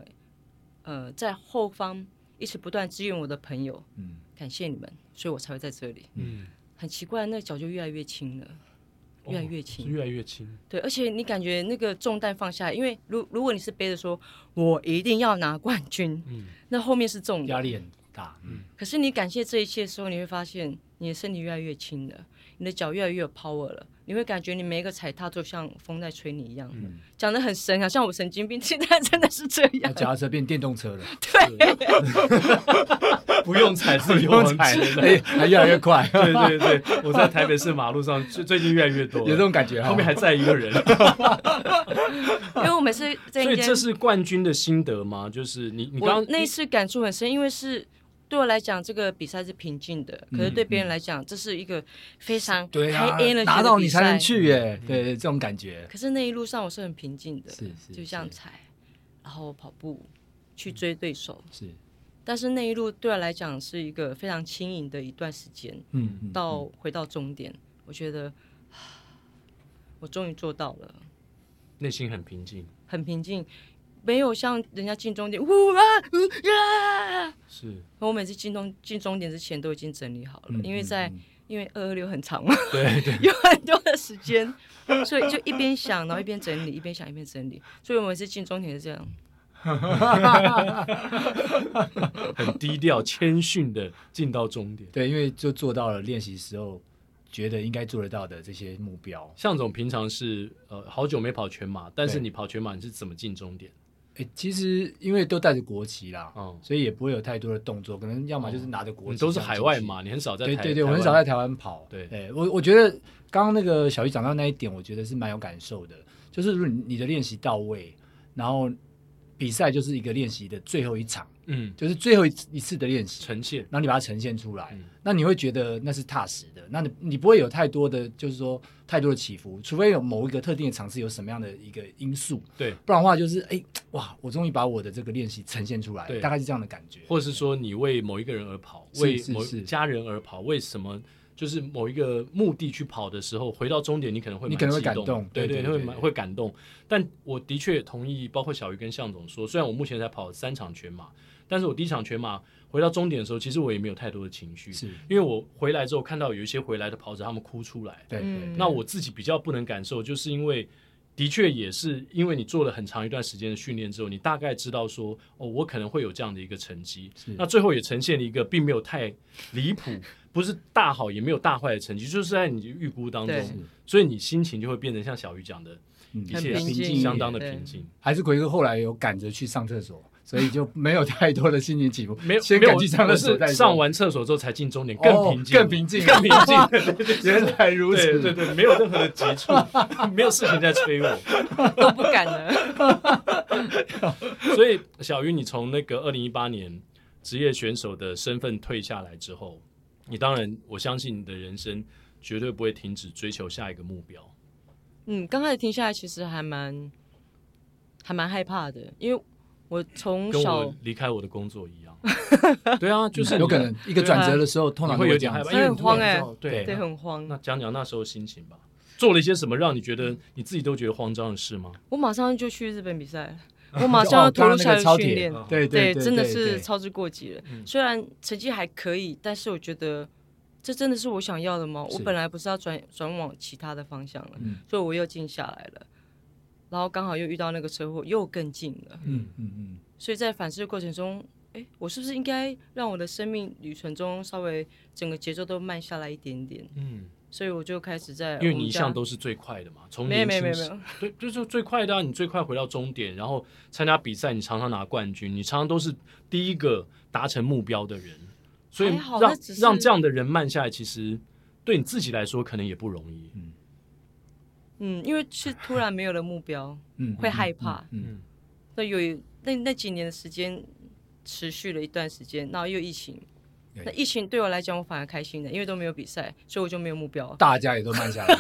呃在后方一直不断支援我的朋友，
嗯，
感谢你们，所以我才会在这里。
嗯，哦
很奇怪，那脚就越来越轻了，越来越轻
是。越来越轻。
对，而且你感觉那个重担放下来，因为如如果你是背着说“我一定要拿冠军
嗯”，
那后面是重
压
的。
力很大，嗯
可是你感谢这一切的时候，你会发现你的身体越来越轻了，你的脚越来越有 power 了，你会感觉你每一个踩踏都像风在吹你一样。
嗯，
讲的很神，好像我神经病， 现在真的是这
那
样。
脚踏车变电动车了，
不用踩自由
用踩， 哎，还越来越快，
对对对，我在台北市马路上最最近越来越多了，
有这种感觉哈。啊
后面还载一个 人，
因为我每次在
所
一
以
间，
这是冠军的心得吗？就是你你
我
刚
那一次感触很深，因为是对我来讲，这个比赛是平静的，可是对别人来讲，这是一个非常
嗯对啊
high energy 的，
拿到你
比
才能
赛
去耶，
嗯
对，这种感觉
可是那一路上我是很平静的，
是是
就这样
是
踩，然后跑步去追对手。
嗯是，
但是那一路对我来讲是一个非常轻盈的一段时间，
嗯，嗯
到回到终点，我觉得啊我终于做到了，
内心很平静，
很平静，没有像人家进终点，呜啊呜啊。
是
我每次进终进终点之前都已经整理好了，
嗯
因为
嗯
在、
嗯
因为二二六很长嘛，
对对，
有很多的时间，所以就一边想，然后一边整理，一边想一边整理。所以我们是进终点是这样，
很低调、谦逊的进到终点。
对，因为就做到了练习时候觉得应该做得到的这些目标。
向总平常是呃好久没跑全马，但是
对
你跑全马你是怎么进终点？
诶，其实因为都带着国旗啦，
哦
所以也不会有太多的动作，可能要么就是拿着国
你嗯
旗，
都是海外。嘛，你很少在
对
台
对对，我
台
很
湾
少在台湾跑。
对
诶我我觉得刚刚那个小玉讲到那一点，我觉得是蛮有感受的，就是如果你的练习到位，然后比赛就是一个练习的最后一场，
嗯
就是最后一次一次的练习，
呈现。
然后你把它呈现出来，
嗯
那你会觉得那是踏实的，那你你不会有太多的，就是说太多的起伏，除非有某一个特定的场次有什么样的一个因素，
对，
不然的话就是哎、哇，我终于把我的这个练习呈现出来，
对
大概是这样的感觉。
或是说你为某一个人而跑，
是
为
是
某
是
家人而跑，为什么？就是某一个目的去跑的时候，回到终点，你可能会
你
蛮
可能会
激
感
动
动
对
对对
会
对
蛮
对
会感动。但我的确同意，包括小鱼跟向总说，虽然我目前才跑了三场全马，但是我第一场全马回到终点的时候，其实我也没有太多的情绪，
是，
因为我回来之后看到有一些回来的跑者，他们哭出来，
对对
嗯
那我自己比较不能感受，就是因为的确也是因为你做了很长一段时间的训练之后，你大概知道说，哦，我可能会有这样的一个成绩
是。
那最后也呈现了一个并没有太离谱，不是大好也没有大坏的成绩，就是在你的预估当
对
是
中，所以你心情就会变得像小鱼讲的，
嗯
一
很
切
平静
静，相当的
对
平静。
还是奎哥后来有赶着去上 厕所，所以就没有太多的心情起伏，
没有，
先
没有
赶去上厕
我
所再
是
说
上完厕所之后才进终点，
哦
更平静，
更平静
更平静。对对对
原来如此，嗯
对对对，没有任何的急 促，没有事情在催我。
都不敢了。
所以小鱼，你从那个二零一八年职业选手的身份退下来之后，你当然我相信你的人生绝对不会停止追求下一个目标。
嗯，刚开始停下来其实还蛮还蛮害怕的，因为我从
跟
小
我离开我的工作 一样。对啊，就是你
嗯有可能一个转折的时候，通
你
常
会
都
有
这
点
样
害
子
怕，因
会
为
有
你
点
突然
害怕
知道对。
对很慌
啊那。讲讲那时候心情吧，做了一些什么让你觉得你自己都觉得慌张的事吗？
我马上就去日本 比赛了，我马
哦
上要投入下一个训练。
哦
对
对，
对，
真的
对
是
对
操之过急了。
嗯
虽然成绩还可以，但是我觉得这真的是我想要的吗？
是
我本来不是要转转往其他的方向了，
嗯
所以我又静下来了。然后刚好又遇到那个车祸，又更近了。
嗯嗯嗯，
所以在反思的过程中，哎，我是不是应该让我的生命旅程中稍微整个节奏都慢下来一点点？
嗯，
所以我就开始在
因为
我们
你一
家
向都是最快的嘛，从
没有
年
没
轻
有没有
时
没
对，
有，
就是最快的、啊，你最快回到终点，然后参加比赛，你常常拿冠军，你常常都是第一个达成目标的人，所以
还好
让
那只是
让这样的人慢下来，其实对你自己来说可能也不容易。
嗯，因为是突然没有了目标，
嗯
会害怕。
嗯，
那有一那那几年的时间持续了一段时间，然后又疫情。
对
那疫情对我来讲，我反而开心的，因为都没有比赛，所以我就没有目标。
大家也都慢下来，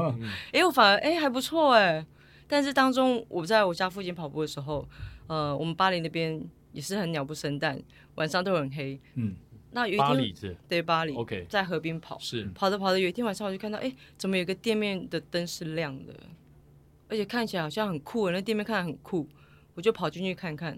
哎，我反而哎还不错哎。但是当中，我在我家附近跑步的时候，呃，我们巴黎那边也是很鸟不生蛋，晚上都很黑。
嗯，
那有一
巴
天
黎是
对巴黎
OK
在河边跑，
是，
跑着跑着，有一天晚上我就看到，哎、怎么有个店面的灯是亮的，而且看起来好像很酷耶，那店面看起来很酷，我就跑进去 看看，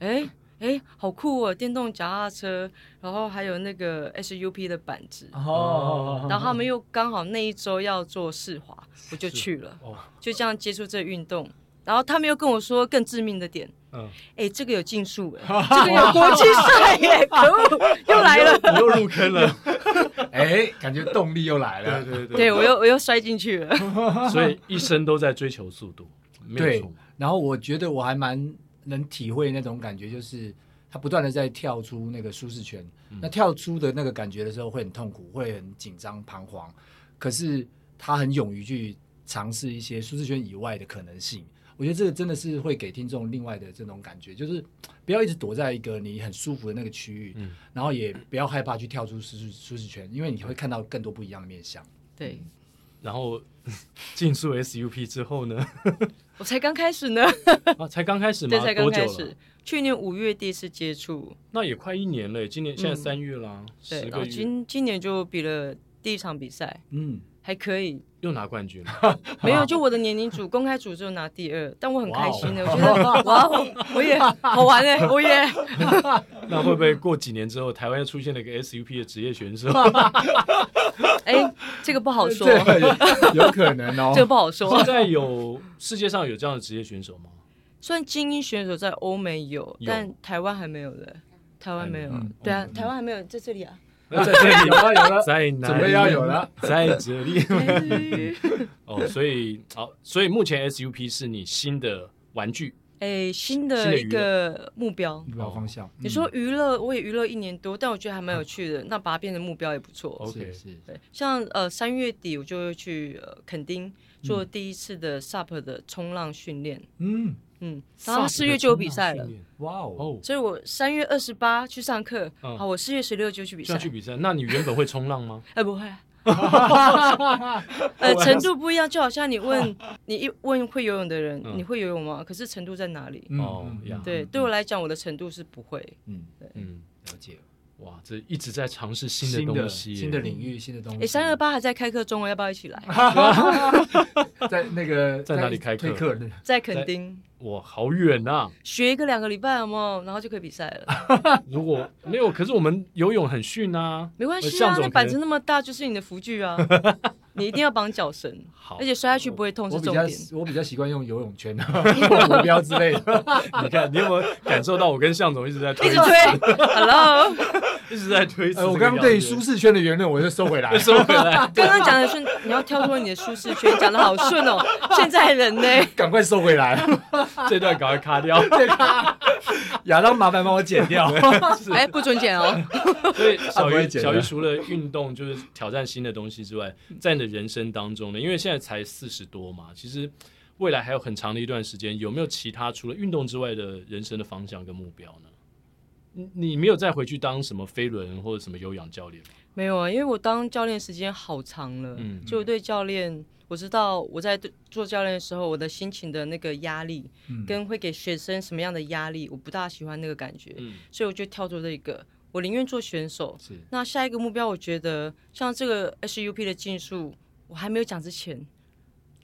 哎哎、好酷哦，电动脚踏车，然后还有那个 SUP 的板子，
哦
然后他们又刚好那一周要做试滑，我就去了，
哦，
就这样接触这个运动，然后他们又跟我说更致命的点。
嗯，
哎、这个有竞速哎、 这个有国际赛耶，可恶，又来了。
你又入坑了，
哎，感觉动力又来了，
对
对，我又我又摔进去了。
所以一生都在追求速度，没有
对
错，
然后我觉得我还蛮能体会那种感觉，就是他不断的在跳出那个舒适圈，那跳出的那个感觉的时候会很痛苦，会很紧张彷徨，可是他很勇于去尝试一些舒适圈以外的可能性。我觉得这个真的是会给听众另外的这种感觉，就是不要一直躲在一个你很舒服的那个区域，
嗯
然后也不要害怕去跳出舒适舒适圈，因为你会看到更多不一样的面相。
对，
然后 进入 SUP 之后 呢，
我才刚开始呢，
啊，才刚开始吗？
对，才刚
多久
开
了
始。去年五月第一次接触，
那也快一年了，今年现在
嗯
三月啦，
对，
十
然
个
后
月
今今年就比了第一场比赛，
嗯，
还可以，
又拿冠军了。
没有，就我的年龄组 公开组只有拿第二，但我很
哇哦
开心的，我觉得哇哦，我也好玩哎，我也
那会不会过几年之后，台湾又出现了一个 SUP 的职业选手？
哎，这个不好说，
这个有有可能哦
这。个不好说
现，在有世界上有这样的职业选手吗？
虽然精英选手在欧美有，
有
但台湾还没有嘞，台湾没有
嗯，
对啊
嗯，
台湾还没有 在这里 啊。
那在这里
有了有了，啊
在哪？
准备要有，了。
在这里哦，所以好，所以目前 SUP 是你新的玩具，
哎，新
新的
的
娱
一个目标。
目
哦
标方向，
嗯
嗯
你说娱乐，我也娱乐一年多，但我觉得还蛮有趣的，那把它变成目标也不错。
哦
嗯是
OK
是
对，像呃三月底我就会去呃垦
嗯
丁做第一次的 SUP 的冲浪训练，
嗯，
嗯，然后四月就有比赛了，
哇哦，
哦，
所以我三月二十八去上课，
嗯
好，我四月十六就去比
就
赛
要。去比赛。那你原本会冲浪吗？
哎，不会
哦
啊。
嗯
呃，程度不一样，就 好像你问你一问会游泳的人，
嗯
你会游泳吗？可是程度在哪里？
嗯
哦
嗯
呀
对，对我来讲，我的程度是不会。
嗯，
嗯，
了解，
哇，这一直在尝试新
新
的
的
东西，
新的领域，新的东
哎，
西。
三二八还在开课中哦，要不要一起来？
在那个
在哪里开课
推课的？
在垦丁
哇，好远啊呐！
学一个两个礼拜，有没有？然后就可以比赛了，
如果没有，可是我们游泳很逊啊，
没关系
向
啊，
总
那
可
板
能
子那么大，就是你的辅具啊，你一定要绑脚绳，
好，
而且摔下去不会痛
我
是
比
重
较
点。
我比较习惯用游泳 圈啊，或国标之类 的。
你看，你有没有感受到我跟向总一直在推
一直，推，Hello，
一直在推辞这
呃，
个样
我
子？
刚刚对于舒适圈的言论，我就收 回来。
收回来，
刚刚讲的是你要跳脱你的舒适圈，讲的好顺哦，现在人呢？
赶快收回来！
这段赶快卡 掉。
这个亚当，麻烦帮我剪掉。
是
哎，不准剪哦。
所以 小
不会
鱼
剪的嗯
小鱼除了运动就是挑战新的东西之外，在你的人生当中呢，因为现在才四十多嘛，其实未来还有很长的一段时间，有没有其他除了运动之外的人生的方向跟目标呢？你你没有再回去当什么飞轮或者什么有氧教练吗？
没有啊，因为我当教练时间好长了，
嗯
就我对教练，我知道我在对做教练的时候，我的心情的那个压力，
嗯
跟会给学生什么样的压力，我不大喜欢那个感觉，
嗯，
所以我就跳出这一个，我宁愿做选手。
是
那下一个目标，我觉得像这个 SUP 的竞速，我还没有讲之前，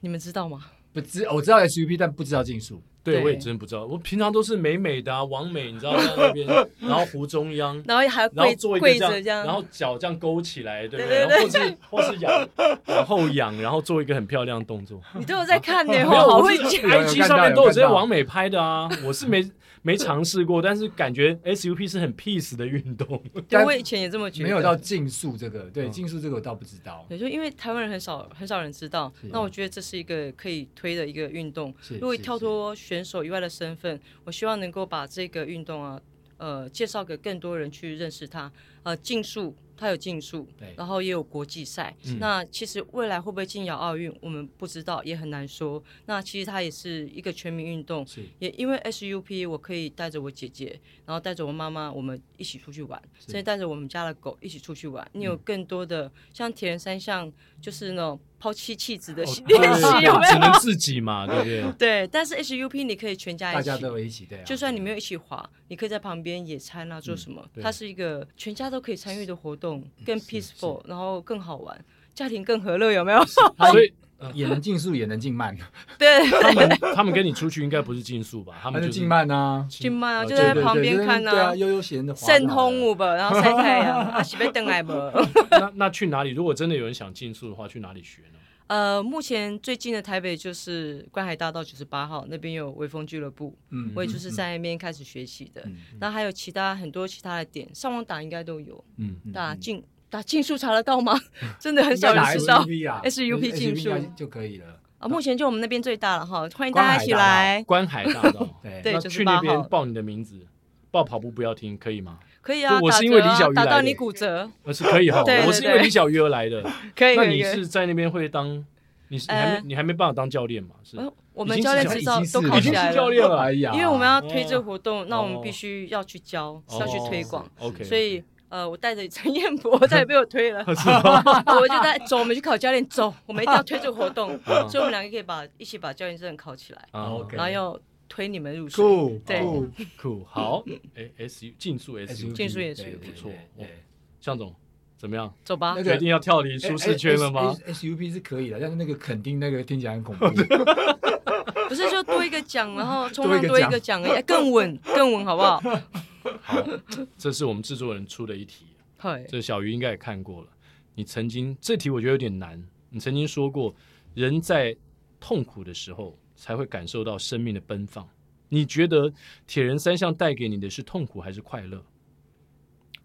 你们知道吗？
不知我知道 SUP，但不知道竞速。
对
对
我也真不知道，我平常都是美美的啊，王美你知道在那 边，然后湖中央。
然后还要
然后
跪
做一
跪
个
着这
样，
样，
然后脚这样勾起来，对不
对对
然后或是或是仰，往后仰，然后做一个很漂亮的动作。
你都有在看呢、欸，
没有，
好
我
会
会
讲。
有有
IG
看到
上面
有
都有
看
这些
到
网美拍的啊，我是没没尝试过，但是感觉 SUP 是很 peace 的运动。
对，
但
我以前也这么觉
没
得。
有到竞速这个，对
嗯
竞速这个我倒不知道。
对，就因为台湾人很少很少人知道
是，
那我觉得这是一个可以推的一个运动。
是
如果
是
跳脱选手以外的身份，我希望能够把这个运动啊，呃，介绍给更多人去认识它。呃，竞速它有竞速
对，嗯
然后也有国际赛。那其实未来会不会进亚奥运，我们不知道，也很难说。那其实它也是一个全民运动，
是
也因为 SUP，我可以带着我姐姐，然后带着我妈妈，我们一起出去玩，甚至带着我们家的狗一起出去
嗯
玩。你有更多的、像铁人三项，就是那种抛妻弃子的
哦
练习，
对
有没
只能
有？
自己嘛，对不对？
对，但是 SUP 你可以全家
大
一起
家。都有一起对啊，嗯
就算你没有一起滑，你可以在旁边野餐啊，做什么？它是一个全家都可以参与的活动，更 peaceful，然后更好玩，家庭更和乐，有没有？
所以
呃也能竞速也能竞慢，
对，
他们他们跟你出去应该不是竞速吧？ 他
还
们
能
就是
竞慢啊，
金妈啊，
呃
就
对
对
在
对
旁
就
边
是
看
对
啊
啊，，悠悠闲的滑
盛
好
通
了
舞吧，然后晒太阳，啊，是被灯来不？
那那去哪里？如果真的有人想竞速的话，去哪里学呢？
呃，目前最近的台北就是观海大道九十八号那边有微风俱乐部，
嗯
我也就是在那边开始学习的。那还有其他很多其他的点，上网打应该都有。
嗯，
打竞打竞速查得 到吗？真的很
应该
少人
打
知道
SUP 啊
SUP 竞
应该
速
就可以了。
啊。目前就我们那边最大了哈，欢迎
观
大
海
家一起
大道。
来。
观海大道
对
对
那
就是
去那
八
边
号
报你的名字，报跑步不要停，可以吗？
可以啊，
我
打
是因为
折啊
李小鱼
打
来
到
的
你骨折，
呃，是可以哈
对对，对
我是因为李小鱼而来的。
可以
那
可以。
你
可以
是在那边会当？你是你还
呃
没你还没办法当教练嘛？是
哎我
已
们
经
教
是
练
教
执
已
照
经
都
是
考
已
起
经
来
是
了
教。练了，啊
哎呀，
因为我们要推这个活动，那我
哦
们必须要去教，是要去推广
哦。OK，
所以呃，我带着陈彦博，再也被我推了，我就带走，我们去考教练，走，我们一定要推这个活动，
嗯
所以我们两个可以把一起把教练证考起来，
啊
OK
然后要推你们入水。
酷
对
酷
酷好，哎，S U 竞速 S U，
竞速也是
对
不
对
错
对对对
向总怎么样？
走吧
那，个
决定要跳离舒适圈了吗？
哎？S U P 是可以的，但是那个肯定那个听起来很 恐怖。
不是就多一个奖，然后冲
多一
浪
个
多一
奖
个奖而已，哎更稳更稳，好 不好？
好，这是我们制作人出的一题，
嗨，
这小鱼应该也看过了。你曾经这题我觉得有点难，你曾经说过，人在痛苦的时候才会感受到生命的奔放。你你觉得铁人三项带给你的是痛苦还是快乐？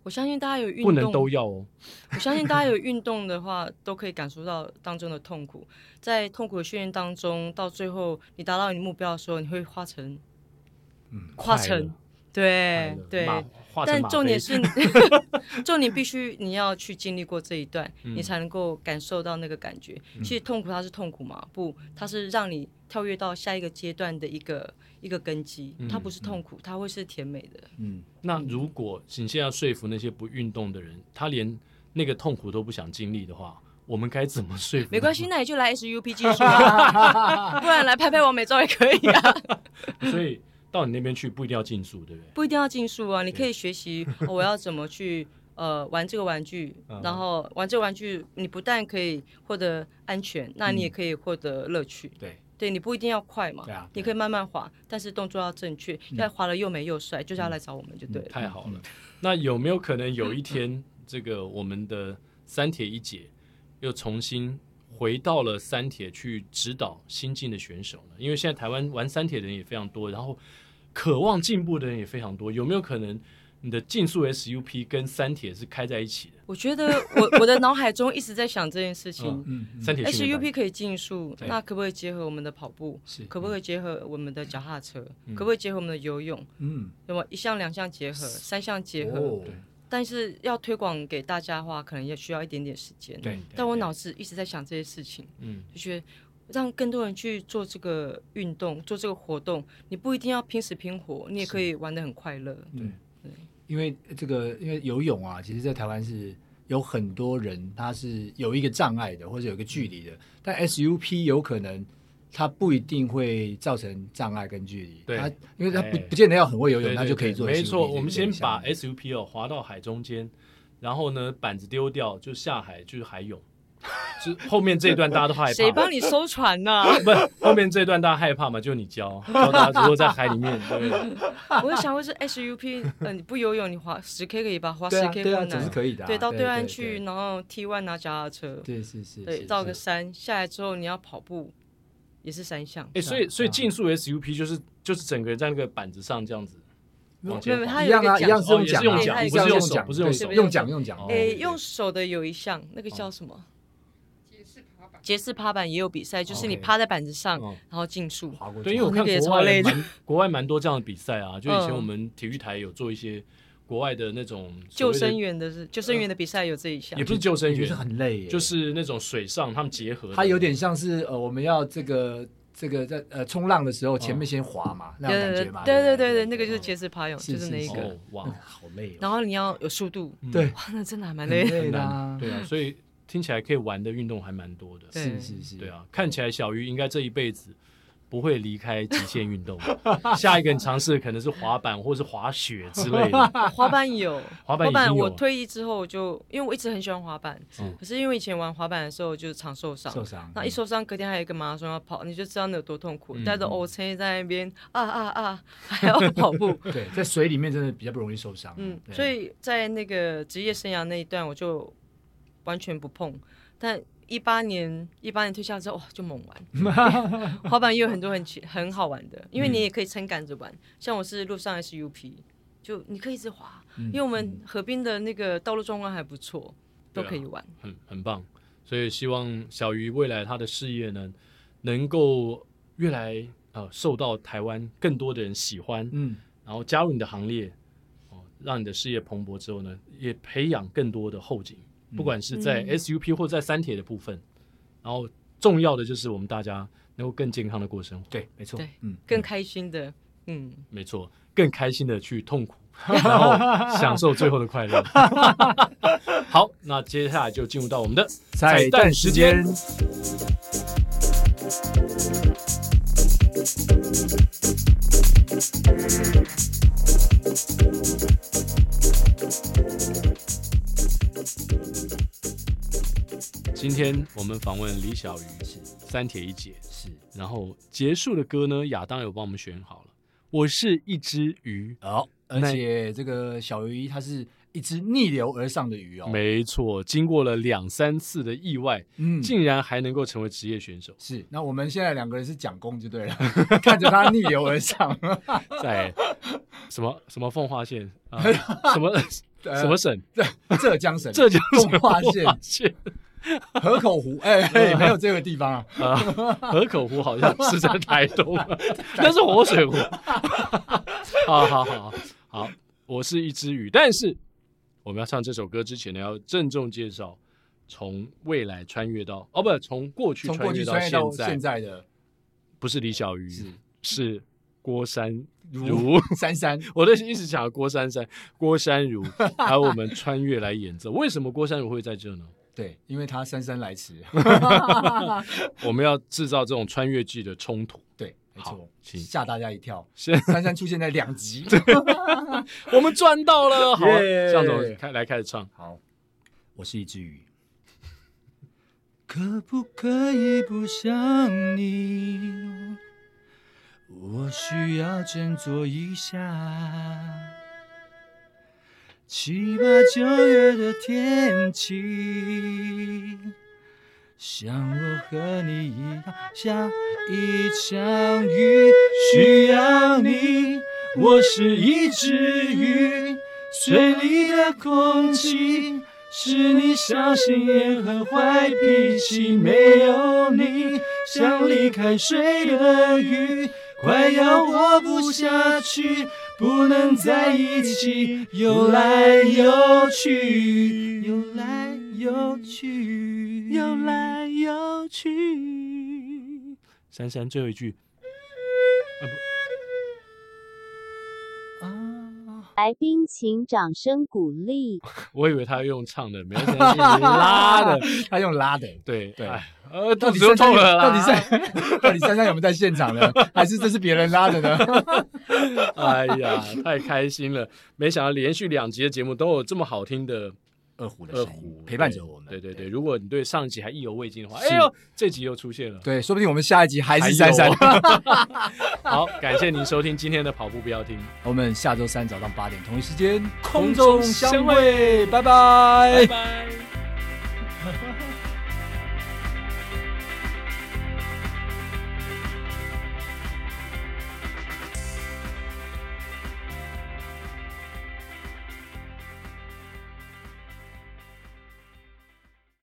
我相信大家有运
不能
动，
都要哦。
我相信大家有运动的话，都可以感受到当中的痛苦。在痛苦的训练当中，到最后你达到你目标的时候，你会化成
嗯，
化
快乐
成，对哎对。
马化成
但
马
重
杯
点是， 重点必须你要去经历过这一段，
嗯
你才能够感受到那个感觉。其实痛苦它是痛苦嘛，不，它是让你跳跃到下一个阶段的一个一个根基，它
嗯
不是痛苦，它会是甜美的。
嗯，
那如果你现在要说服那些不运动的人，他连那个痛苦都不想经历的话，我们该怎么说服？
没关系，那你就来 SUP 技术啊， 不然来拍拍完美照也可以啊，
系，所以到你那边去不一定要竞速，对不对？
不一定要竞速啊，你可以学习、哦我要怎么 去。呃，玩这个玩具，
嗯
然后玩这个玩具，你不但可以获得安全，那你也可以获得乐趣。
对，
对你不一定要快嘛，
嗯对啊嗯
你可以慢慢滑，但是动作要正确，要滑的又美又帅，就是要来找我们就对了。
太好了。那有没有可能有一天，这个我们的三铁一姐又重新回到了三铁去指导新进的选手呢？因为现在台湾玩三铁的人也非常多，然后渴望进步的人也非常多，有没有可能你的竞速 SUP 跟三铁是开在一起的？
我觉得 我我的脑海中一直在想这件事情。
嗯嗯
三铁训练班
SUP 可以竞速，
对
那可不可以结合我们的跑步？
是
可不可以结合我们的脚踏车？可不可以结合我们的游泳？
嗯，
那么一项、两项结合，三项结合。
哦
对
但是要推广给大家的话，可能也需要一点点时间。
对，
但我脑子一直在想这些事情。
嗯，
就觉得让更多人去做这个运动，做这个活动，你不一定要拼死拼活，你也可以玩得很快乐。
嗯因为这个，因为游泳啊，其实在台湾是有很多人他是有一个障碍的，或者有一个距离的，但 SUP 有可能。它不一定会造成障碍跟距离，
对
它因为它不
哎
不见得要很会游
对
泳，它
对
就可以
对
做 SUP 这
没
个项
错，
目。
我们先把 SUP 哦划到海中间，然后呢板子丢掉就下海，就是海泳。 就后面这一段大家都害
谁
怕
帮，你收 船呢、
不是后面这一段大家害怕嘛？就你教教大家如何在海里面，对不 对？
我就想过是 SUP，呃，你不游泳，你划十 K 可以吧？划十
对啊
K
对啊，
不
总
难。
是可以的啊。
对，到对岸
对
去，然后 T one 拿脚踏车，
对，是是，
对，
是
绕个
是
山下来之后，你要跑步，也是啊三项。
哎，所以所以
嗯
竞速 SUP 就是就是整个人在那个板子上这样子往
没
前
有
滑
它
一
有
样啊，
个
一样
奖
是用
哦也是用
奖啊，
奖
一
不
样
用
是
用
手不是
对
用
手
用奖用奖
哦。
诶，
对
用手的有一项，那个叫什么？
解释跑板，
杰士趴板也有比赛，就是你
OK
趴在板子上，
哦
然后竞速。
划过去，
对，因为我
那
看
个也
国
超
外
累
也
的
蛮 国外蛮多这样的比赛啊，就以前
嗯
我们体育台有做一些国外的那种所
救
谓的
生，员的是救生员的比赛有这一项
也，不是救生
就是
员，
很累耶，
就是那种水上他们结合的，
它有点像是呃，我们要这个这个在呃冲浪的时候，前面先滑
嗯
嘛，那种感觉嘛。
对
对不
对对对，
对
那个就是杰斯爬泳，
是
就是那一
是
个。
哦哇。
好累哦，
然后你要有速度，
嗯
对，
哇，那真的还蛮
很
累的。
累的
难，
啊，
对啊，所以听起来可以玩的运动还蛮多的。
对
是是是，
对，
嗯
啊，看起来小鱼应该这一辈子不会离开极限运 动，下一个你尝试的可能是滑板或是滑雪之类 的。
滑板有，
滑板已经有
我
了
退役之后就，因为我一直很喜欢滑板
嗯，
可是因为以前玩滑板的时候就常受伤，
受伤嗯
那一受伤隔天还有一个马拉松要跑，你就知道那有多痛苦
嗯，
带着 O 车在那边啊啊啊，还要跑步，
对，在水里面真的比较不容易受伤。
嗯，
对
所以在那个职业生涯那一段，我就完全不碰。但一八年一八年退下之后，哇，就猛玩。滑板也有很多很奇很好玩的，因为你也可以撑杆子玩。像我是路上 SUP，就你可以一直滑，因为我们河边的那个道路状况还不错，都
对啊
可以玩。
很很棒。所以希望小鱼未来他的事业呢，能够越来呃受到台湾更多的人喜欢，
嗯，
然后加入你的行列，哦，让你的事业蓬勃之后呢，也培养更多的后景，不管是在
嗯
SUP 或在三铁的部分，然后重要的就是我们大家能够更健康的过生活，
对，没错
对，
嗯，
更开心的，嗯，
没错，更开心的去痛 苦，然后享受最后的快乐。好，那接下来就进入到我们的
彩蛋时间。
今天我们访问李小鱼，
是
三铁一姐，
是
然后结束的歌呢，亚当有帮我们选好了。我是一只鱼，
哦，而且这个小鱼它是一只逆流而上的鱼哦。
没错，经过了两三次的意外，
嗯
竟然还能够成为职业选手。
是，那我们现在两个人是蒋公就对了， 看着他逆流而上，
在什么什么奉化县啊，什么
呃
什么省？
浙江省
浙江省
奉化县
奉县
河口湖， 哎、哎，没有这个地方啊，
啊，河口湖好像是在台 东，那是活水湖。 好好好好，我是一只鱼，但是我们要唱这首歌之前呢，要郑重介绍从未来穿越到哦不，从过 去
从过
穿
去
越到
穿越到
现在，
现在的
不是李小鱼，
是
是郭山
如
如。
珊珊，
我都一直想郭珊珊、郭山如，还有我们穿越来演奏。为什么郭山如会在这呢？
对，因为他姗姗 来迟，
我们要制造这种穿越剧的冲突。
对，没
好
错，
请
吓大家一跳，
先
珊珊出现在两集，
我们赚到 了，好，
耶
向总开来开始唱。
好，我是一只鱼。可不可以不想你？我需要振作一下。七八九月的天气，像我和你一样下一场雨，需要你。我是一只鱼，水里的空气是你小心眼和坏脾气，没有你像离开水的鱼，快要活不下去，不能在一起，游来游去，游来游去，
游来游去，珊珊最后一句，
啊。
来宾请掌声鼓励。
我以为他要用唱的，没有， 珊珊是拉的。
他用拉的，
对
对
哎呃，
到
肚
底
子又
珊珊
痛
有
了啦，
到底珊到底珊珊有没有在现场呢？还是这是别人拉的呢？
哎呀，太开心了！没想到连续两集的节目都有这么好听的
二胡的
二
声
胡
音陪伴着我们。
对对对，如果你对上一集还意犹未尽的话，
是
哎呦，这集又出现了。
对，说不定我们下一集还
还
是珊珊
有。啊 好，感谢您收听今天的跑步不要停，
我们下周三早上八点同一时间
空中相
会，拜拜
拜拜。